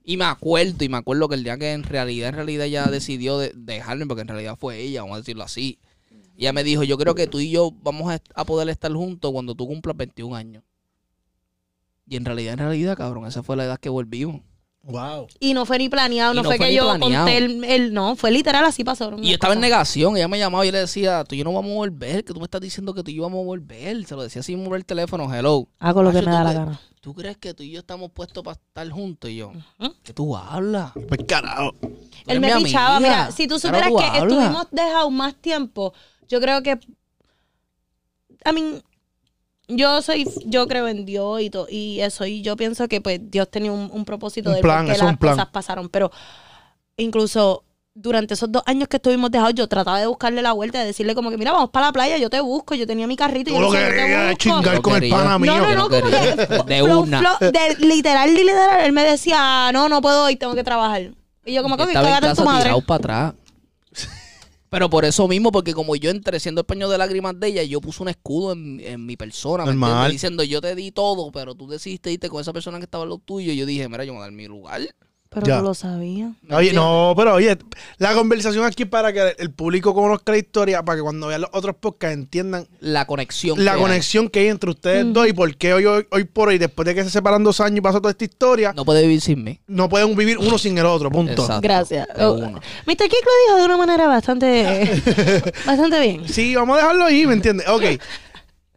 Speaker 4: Y me acuerdo, y me acuerdo que el día que en realidad, en realidad ella decidió de- dejarme, porque en realidad fue ella, vamos a decirlo así. Ella me dijo, yo creo que tú y yo vamos a, est- a poder estar juntos cuando tú cumplas 21 años. Y en realidad, en realidad, cabrón, esa fue la edad que volvimos.
Speaker 2: Wow.
Speaker 3: Y no fue ni planeado,
Speaker 4: Y
Speaker 3: no,
Speaker 4: no
Speaker 3: fue,
Speaker 4: fue
Speaker 3: que
Speaker 4: ni
Speaker 3: yo
Speaker 4: planeado.
Speaker 3: conté el, el- No, fue literal así pasó.
Speaker 4: Y yo estaba en negación, ella me llamaba y yo le decía, tú y yo no vamos a volver, que tú me estás diciendo que tú y yo vamos a volver. Se lo decía sin mover el teléfono, hello.
Speaker 3: Hago lo que
Speaker 4: Hacho,
Speaker 3: me
Speaker 4: tú
Speaker 3: da la
Speaker 4: cre-
Speaker 3: gana.
Speaker 4: ¿Tú crees que tú y yo estamos puestos para estar juntos? Y yo, ¿qué tú hablas? Tú
Speaker 2: Pues carajo.
Speaker 4: eres
Speaker 3: Él me
Speaker 4: mi
Speaker 3: pichaba,
Speaker 4: amiga.
Speaker 3: mira, si tú
Speaker 4: Claro,
Speaker 3: supieras que
Speaker 4: hablas.
Speaker 3: estuvimos dejados más tiempo, yo creo que a mí yo soy yo creo en Dios y todo y eso y yo pienso que pues Dios tenía un, un propósito
Speaker 2: Un
Speaker 3: de
Speaker 2: plan,
Speaker 3: por qué
Speaker 2: eso es
Speaker 3: las
Speaker 2: un plan.
Speaker 3: cosas pasaron, pero incluso durante esos dos años que estuvimos dejados, yo trataba de buscarle la vuelta, de decirle como que, mira, vamos para la playa, yo te busco, yo tenía mi carrito y
Speaker 2: Tú
Speaker 3: yo
Speaker 2: lo
Speaker 3: decía, yo te
Speaker 2: querías es
Speaker 3: busco.
Speaker 2: chingar con el
Speaker 4: Yo
Speaker 2: pana mío.
Speaker 4: quería-
Speaker 3: No, no, no,
Speaker 4: que no
Speaker 3: como que
Speaker 4: quería. De
Speaker 3: flow,
Speaker 4: una.
Speaker 3: flow, de literal, literal, él me decía, "Ah, no, no puedo ir, tengo que trabajar. Y yo como, que
Speaker 4: Estaba en
Speaker 3: cágate en tu
Speaker 4: casa
Speaker 3: madre.
Speaker 4: tirado para atrás. Pero por eso mismo, porque como yo entré siendo el paño de lágrimas de ella, yo puse un escudo en, en mi persona, ¿me
Speaker 2: Normal.
Speaker 4: entiendes? Diciendo, yo te di todo, pero tú decidiste irte con esa persona que estaba en lo tuyo. Y yo dije, mira, yo me voy a dar mi lugar.
Speaker 3: Pero
Speaker 2: Ya.
Speaker 3: no lo sabía.
Speaker 4: ¿me
Speaker 2: Oye,
Speaker 4: entiendes?
Speaker 2: no, pero oye, la conversación aquí es para que el público conozca la historia, para que cuando vean los otros podcasts entiendan
Speaker 4: La conexión.
Speaker 2: la
Speaker 4: que hay.
Speaker 2: conexión que hay entre ustedes
Speaker 3: Ujú.
Speaker 2: dos y por qué hoy, hoy, hoy por hoy, después de que se separan dos años y pasó toda esta historia, no,
Speaker 4: No puede vivir sin mí.
Speaker 2: pueden vivir uno sin el otro, punto.
Speaker 4: Exacto.
Speaker 3: Gracias.
Speaker 4: De
Speaker 3: Oh,
Speaker 4: una.
Speaker 3: Mr. Kick lo dijo de una manera bastante, bastante bien.
Speaker 2: Sí, vamos a dejarlo ahí, ¿me entiendes? Ok,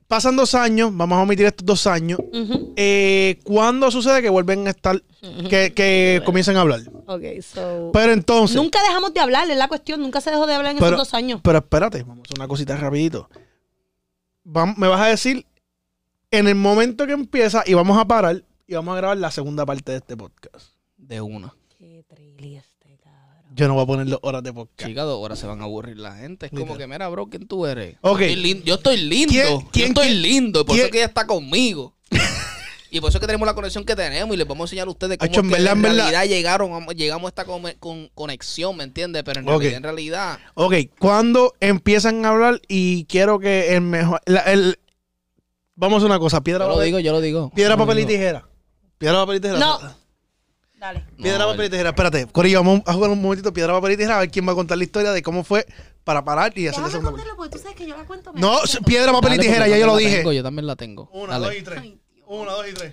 Speaker 2: pasan dos años, vamos a omitir estos dos años.
Speaker 3: Ujú.
Speaker 2: Eh, ¿Cuándo sucede que vuelven a estar, que, que comiencen a hablar?
Speaker 3: Ok, so...
Speaker 2: Pero entonces...
Speaker 3: Nunca dejamos de hablar, es la cuestión. Nunca se dejó de hablar en
Speaker 2: pero,
Speaker 3: esos dos años.
Speaker 2: Pero espérate, vamos a hacer una cosita rapidito. Vam- me vas a decir en el momento que empieza y vamos a parar y vamos a grabar la segunda parte de este podcast.
Speaker 4: De una.
Speaker 3: Qué trilli este cabrón.
Speaker 2: Yo no voy a poner las horas de podcast.
Speaker 4: Chica, dos horas se van a aburrir la gente. Es como
Speaker 2: Literal.
Speaker 4: que, mira, bro, ¿quién tú eres?
Speaker 2: Ok.
Speaker 4: Yo estoy, lin- yo estoy lindo.
Speaker 2: ¿Quién- quién-
Speaker 4: yo estoy lindo. Y por
Speaker 2: quién-
Speaker 4: eso es que ella está conmigo. Y por eso es que tenemos la conexión que tenemos y les vamos a enseñar a ustedes cómo
Speaker 2: Hacho,
Speaker 4: es
Speaker 2: en
Speaker 4: que
Speaker 2: verdad,
Speaker 4: en
Speaker 2: en verdad.
Speaker 4: realidad llegaron, a- llegamos a esta come- con- conexión, ¿me entiendes? Pero en
Speaker 2: Ok.
Speaker 4: realidad, en realidad,
Speaker 2: Ok, cuando empiezan a hablar y quiero que el mejor. la- el- vamos a hacer una cosa: piedra,
Speaker 4: yo lo
Speaker 2: papel,
Speaker 4: digo, yo lo digo.
Speaker 2: piedra,
Speaker 4: Yo lo
Speaker 2: papel y
Speaker 4: digo.
Speaker 2: tijera. Piedra, papel y tijera.
Speaker 3: No. Dale.
Speaker 2: Piedra,
Speaker 4: No,
Speaker 2: papel y tijera. Espérate, Corillo, vamos a jugar un momentito. Piedra, papel y tijera. A ver quién va a contar la historia de cómo fue para parar y hacer la
Speaker 3: Déjame
Speaker 2: segunda.
Speaker 3: contarlo porque tú sabes que yo la cuento.
Speaker 2: No,
Speaker 3: mejor.
Speaker 2: s- piedra, papel
Speaker 4: Dale,
Speaker 2: y tijera,
Speaker 4: porque
Speaker 2: ya yo
Speaker 4: también
Speaker 2: lo
Speaker 4: la
Speaker 2: dije.
Speaker 4: tengo, yo también la tengo.
Speaker 2: Una,
Speaker 4: Dale.
Speaker 2: dos y tres.
Speaker 3: Ay, Dios.
Speaker 2: Una, dos y tres.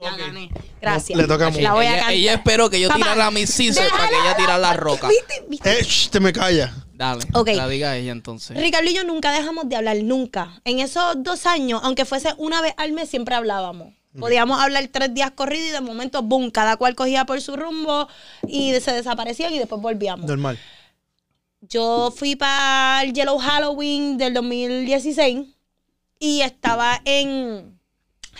Speaker 3: Ya
Speaker 2: Ok.
Speaker 3: gané. Gracias.
Speaker 2: Le toca a
Speaker 3: La
Speaker 2: Mu.
Speaker 3: voy a
Speaker 4: ella,
Speaker 3: cantar.
Speaker 4: ella esperó que yo
Speaker 3: Papá,
Speaker 4: tirara mis scissors para que ella tirara la roca.
Speaker 3: ¿Viste? ¿Viste?
Speaker 2: Eh, shh, te me calla.
Speaker 4: Dale,
Speaker 3: Ok.
Speaker 4: la diga ella entonces.
Speaker 3: Ricardo y yo nunca dejamos de hablar, nunca. En esos dos años, aunque fuese una vez al mes, siempre hablábamos. Podíamos hablar tres días corridos y de momento, boom, cada cual cogía por su rumbo y se desaparecían y después volvíamos.
Speaker 2: Normal.
Speaker 3: Yo fui para el Yellow Halloween del 2016 y estaba en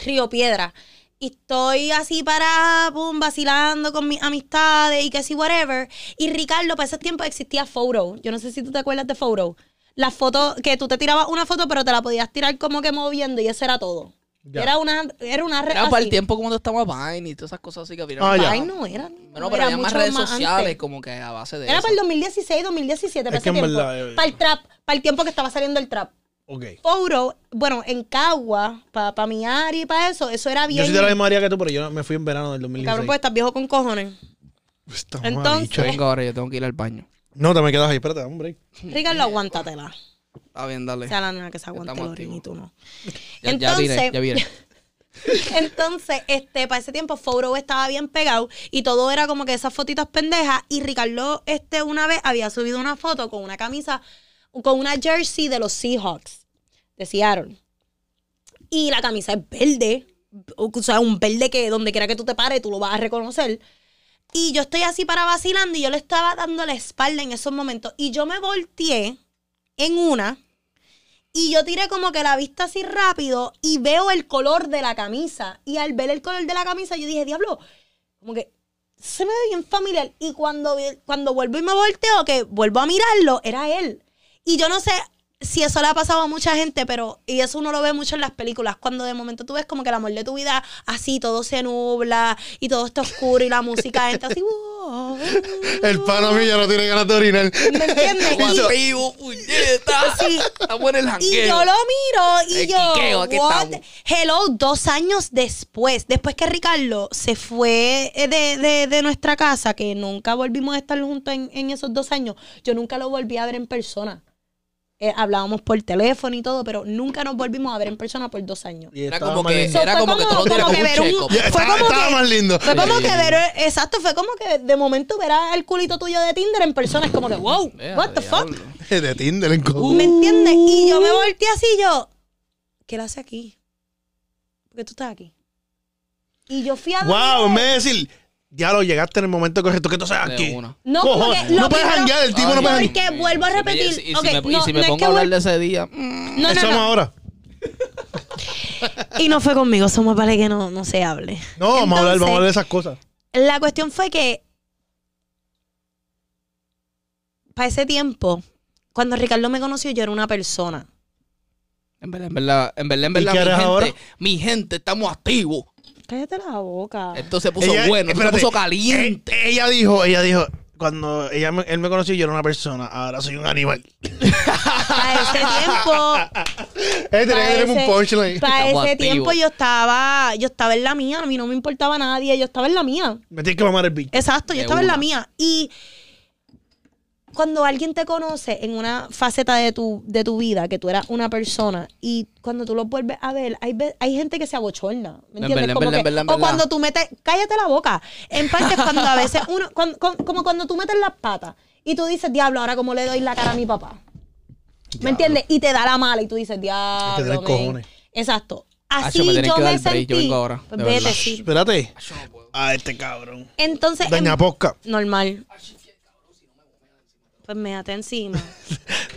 Speaker 3: Río Piedra. Y estoy así para, boom, vacilando con mis amistades y que sí, whatever. Y Ricardo, para ese tiempo existía Photo. Yo no sé si tú te acuerdas de Photo. La foto, que tú te tirabas una foto, pero te la podías tirar como que moviendo y eso era todo.
Speaker 2: Ya.
Speaker 3: Era una, era una red
Speaker 4: Era para
Speaker 3: así.
Speaker 4: el tiempo cuando estaba Vine y todas esas cosas así que había.
Speaker 2: Ah, ya.
Speaker 3: Ay, no, era.
Speaker 4: Bueno,
Speaker 3: no,
Speaker 4: pero
Speaker 3: era
Speaker 4: había más
Speaker 3: mucho
Speaker 4: redes
Speaker 3: más
Speaker 4: sociales
Speaker 3: antes.
Speaker 4: como que a base de
Speaker 3: Era
Speaker 4: eso.
Speaker 3: para el 2016, 2017, para
Speaker 2: Es que
Speaker 3: ese
Speaker 2: en
Speaker 3: tiempo.
Speaker 2: verdad, eh,
Speaker 3: Para el trap, para el tiempo que estaba saliendo el trap.
Speaker 2: Ok.
Speaker 3: Photo, bueno, en Cagua, para mi área y para eso, eso era
Speaker 2: Yo
Speaker 3: bien.
Speaker 2: soy de la misma área que tú, pero yo me fui en verano del
Speaker 3: Cabrón,
Speaker 2: 2016.
Speaker 3: pues estás viejo con cojones.
Speaker 4: Pues,
Speaker 2: Esta
Speaker 3: entonces-
Speaker 2: mamabicha.
Speaker 4: Yo vengo ahora, yo tengo que ir al baño.
Speaker 2: No, te me quedas ahí. Espérate, hombre.
Speaker 3: Ricardo, aguántatela.
Speaker 4: Está bien, dale.
Speaker 3: O sea, la nena que se aguante
Speaker 4: Estamos
Speaker 3: el orín y tú no.
Speaker 4: Ya, ya
Speaker 3: Entonces-
Speaker 4: vine, ya vine.
Speaker 3: Entonces, este, para ese tiempo, Photo estaba bien pegado y todo era como que esas fotitas pendejas. Y Ricardo, este, una vez había subido una foto con una camisa, con una jersey de los Seahawks, de Seattle. Y la camisa es verde, o o sea, un verde que donde quiera que tú te pares, tú lo vas a reconocer. Y yo estoy así para vacilando y yo le estaba dando la espalda en esos momentos. Y yo me volteé en una. Y yo tiré como que la vista así rápido y veo el color de la camisa. Y al ver el color de la camisa, yo dije, diablo, como que se me ve bien familiar. Y cuando, vi- cuando vuelvo y me volteo, que vuelvo a mirarlo, era él. Y yo no sé si eso le ha pasado a mucha gente, pero, y eso uno lo ve mucho en las películas, cuando de momento tú ves como que el amor de tu vida así, todo se nubla y todo está oscuro y la música está así. "Wow".
Speaker 2: El pana mío ya no tiene ganas de orinar.
Speaker 3: ¿Me entiendes? Y-
Speaker 4: Aguante, vivo, puñeta.
Speaker 3: Sí.
Speaker 4: Estamos en el
Speaker 3: Y
Speaker 4: jangueo.
Speaker 3: yo lo miro y
Speaker 4: El
Speaker 3: yo.
Speaker 4: quiqueo, aquí
Speaker 3: what?
Speaker 4: estamos.
Speaker 3: Hello, dos años después, después que Ricardo se fue eh, de, de- de nuestra casa, que nunca volvimos a estar juntos en, en esos dos años, yo nunca lo volví a ver en persona. Eh, hablábamos por teléfono y todo, pero nunca nos volvimos a ver en persona por dos años.
Speaker 2: Y
Speaker 4: Era
Speaker 2: estaba
Speaker 4: como
Speaker 2: mal
Speaker 4: que,
Speaker 2: lindo.
Speaker 3: So,
Speaker 4: era
Speaker 3: fue
Speaker 4: como que tú
Speaker 3: como-
Speaker 4: lo tienes
Speaker 3: como
Speaker 4: un
Speaker 3: que ver un-
Speaker 4: checo.
Speaker 2: Ya,
Speaker 3: fue
Speaker 2: estaba,
Speaker 3: como
Speaker 2: estaba
Speaker 3: que-
Speaker 2: más lindo.
Speaker 3: Fue como
Speaker 4: Sí.
Speaker 3: que ver, exacto, fue como que de momento ver el culito tuyo de Tinder en persona, es como que, wow,
Speaker 4: Vea,
Speaker 3: what the fuck.
Speaker 4: diablo.
Speaker 2: De Tinder en co-
Speaker 3: ¿Me entiendes? Y yo me volteé así yo, ¿qué le hace aquí? Porque tú estás aquí. Y yo fui a donde
Speaker 2: Uh, Wow,
Speaker 3: él.
Speaker 2: en vez de decir, ya lo llegaste en el momento correcto, que tú seas
Speaker 4: De
Speaker 2: aquí.
Speaker 4: una.
Speaker 3: No, como
Speaker 2: Cojones,
Speaker 3: que lo
Speaker 2: no puedes
Speaker 3: primero-
Speaker 2: janguear, el tipo no puede
Speaker 4: Ay,
Speaker 3: Porque
Speaker 2: janguear.
Speaker 4: Dios mío.
Speaker 3: vuelvo a
Speaker 4: Si me-
Speaker 3: repetir,
Speaker 4: si- Y
Speaker 3: ok,
Speaker 4: si me- y
Speaker 3: no,
Speaker 4: si me
Speaker 3: no es
Speaker 4: pongo
Speaker 3: que
Speaker 4: a hablar
Speaker 3: vuel-
Speaker 4: de ese día. mm,
Speaker 3: No, no,
Speaker 2: Eso
Speaker 3: no.
Speaker 2: ahora.
Speaker 3: Y no fue conmigo, somos para que no, no se hable.
Speaker 2: No, vamos a hablar, vamos a
Speaker 3: Entonces,
Speaker 2: hablar de esas cosas.
Speaker 3: La cuestión fue que para ese tiempo, cuando Ricardo me conoció, yo era una persona.
Speaker 4: En verdad, en verdad, en verdad, en
Speaker 2: ¿Y
Speaker 4: verdad,
Speaker 2: qué
Speaker 4: mi
Speaker 2: harás
Speaker 4: gente,
Speaker 2: ahora?
Speaker 4: mi gente, estamos activos.
Speaker 3: Cállate la boca.
Speaker 4: Esto se puso
Speaker 2: Ella-
Speaker 4: bueno, esto se
Speaker 2: espérate.
Speaker 4: puso caliente.
Speaker 2: Eh, ella dijo, ella dijo, cuando ella me- él me conoció, yo era una persona, ahora soy un animal.
Speaker 3: Para ese tiempo,
Speaker 2: Eh, tenía que tener un punchline.
Speaker 3: Para
Speaker 4: Estamos
Speaker 3: ese
Speaker 4: activos.
Speaker 3: tiempo yo estaba, yo estaba en la mía, a mí no me importaba nadie, yo estaba en la mía.
Speaker 2: Me tienes que mamar el bicho.
Speaker 3: Exacto, yo
Speaker 4: De
Speaker 3: estaba en la
Speaker 4: una.
Speaker 3: mía. Y cuando alguien te conoce en una faceta de tu, de tu vida, que tú eras una persona, y cuando tú los vuelves a ver, hay, ve- hay gente que se abochorna. ¿Me
Speaker 4: En
Speaker 3: entiendes?
Speaker 4: verdad, en
Speaker 3: Como
Speaker 4: verdad,
Speaker 3: que-
Speaker 4: en verdad, en
Speaker 3: o
Speaker 4: verdad.
Speaker 3: cuando tú metes, cállate la boca. En parte cuando a veces uno, cuan- con- como cuando tú metes las patas y tú dices, diablo, ahora cómo le doy la cara a mi papá. ¿Me entiendes? Y te da la mala y tú dices, diablo.
Speaker 2: tener
Speaker 3: men".
Speaker 2: cojones.
Speaker 3: Exacto.
Speaker 4: Hacho,
Speaker 3: Así
Speaker 4: me tienes
Speaker 3: yo
Speaker 4: que
Speaker 3: me
Speaker 4: dar break,
Speaker 3: sentí.
Speaker 4: yo vengo ahora,
Speaker 3: Pues
Speaker 4: de
Speaker 3: vete,
Speaker 4: verdad.
Speaker 3: sí.
Speaker 2: Espérate. A este cabrón.
Speaker 3: Entonces,
Speaker 2: Doña
Speaker 3: em-
Speaker 2: Posca.
Speaker 3: normal. Pues méate encima.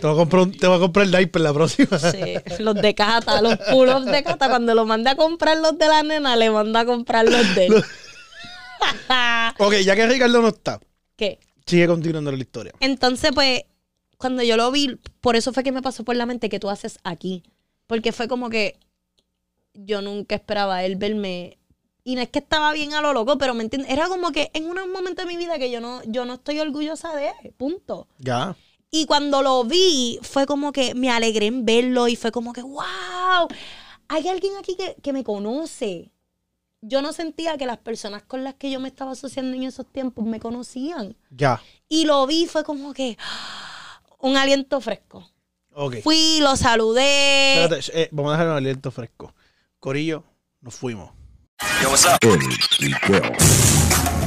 Speaker 2: Te voy a comprar, un- te voy a comprar el diaper la próxima.
Speaker 3: Sí. Los de Cata, los pull-ups de Cata, cuando lo manda a comprar los de la nena, le manda a comprar los de él.
Speaker 2: Ok, ya que Ricardo no está,
Speaker 3: ¿Qué?
Speaker 2: sigue continuando la historia.
Speaker 3: Entonces, pues, cuando yo lo vi, por eso fue que me pasó por la mente que tú haces aquí. Porque fue como que yo nunca esperaba él verme. Y no es que estaba bien a lo loco, pero me entiendes. Era como que en un momento de mi vida que yo no, yo no estoy orgullosa de él. Punto.
Speaker 2: Ya.
Speaker 3: Y cuando lo vi, fue como que me alegré en verlo y fue como que, wow, hay alguien aquí que, que me conoce. Yo no sentía que las personas con las que yo me estaba asociando en esos tiempos me conocían.
Speaker 2: Ya.
Speaker 3: Y lo vi, fue como que ah, un aliento fresco.
Speaker 2: Ok.
Speaker 3: Fui, lo saludé.
Speaker 2: Espérate, sh- eh, vamos a dejar un aliento fresco. Corillo, nos fuimos.
Speaker 1: Yo, what's up?
Speaker 5: El Liceo.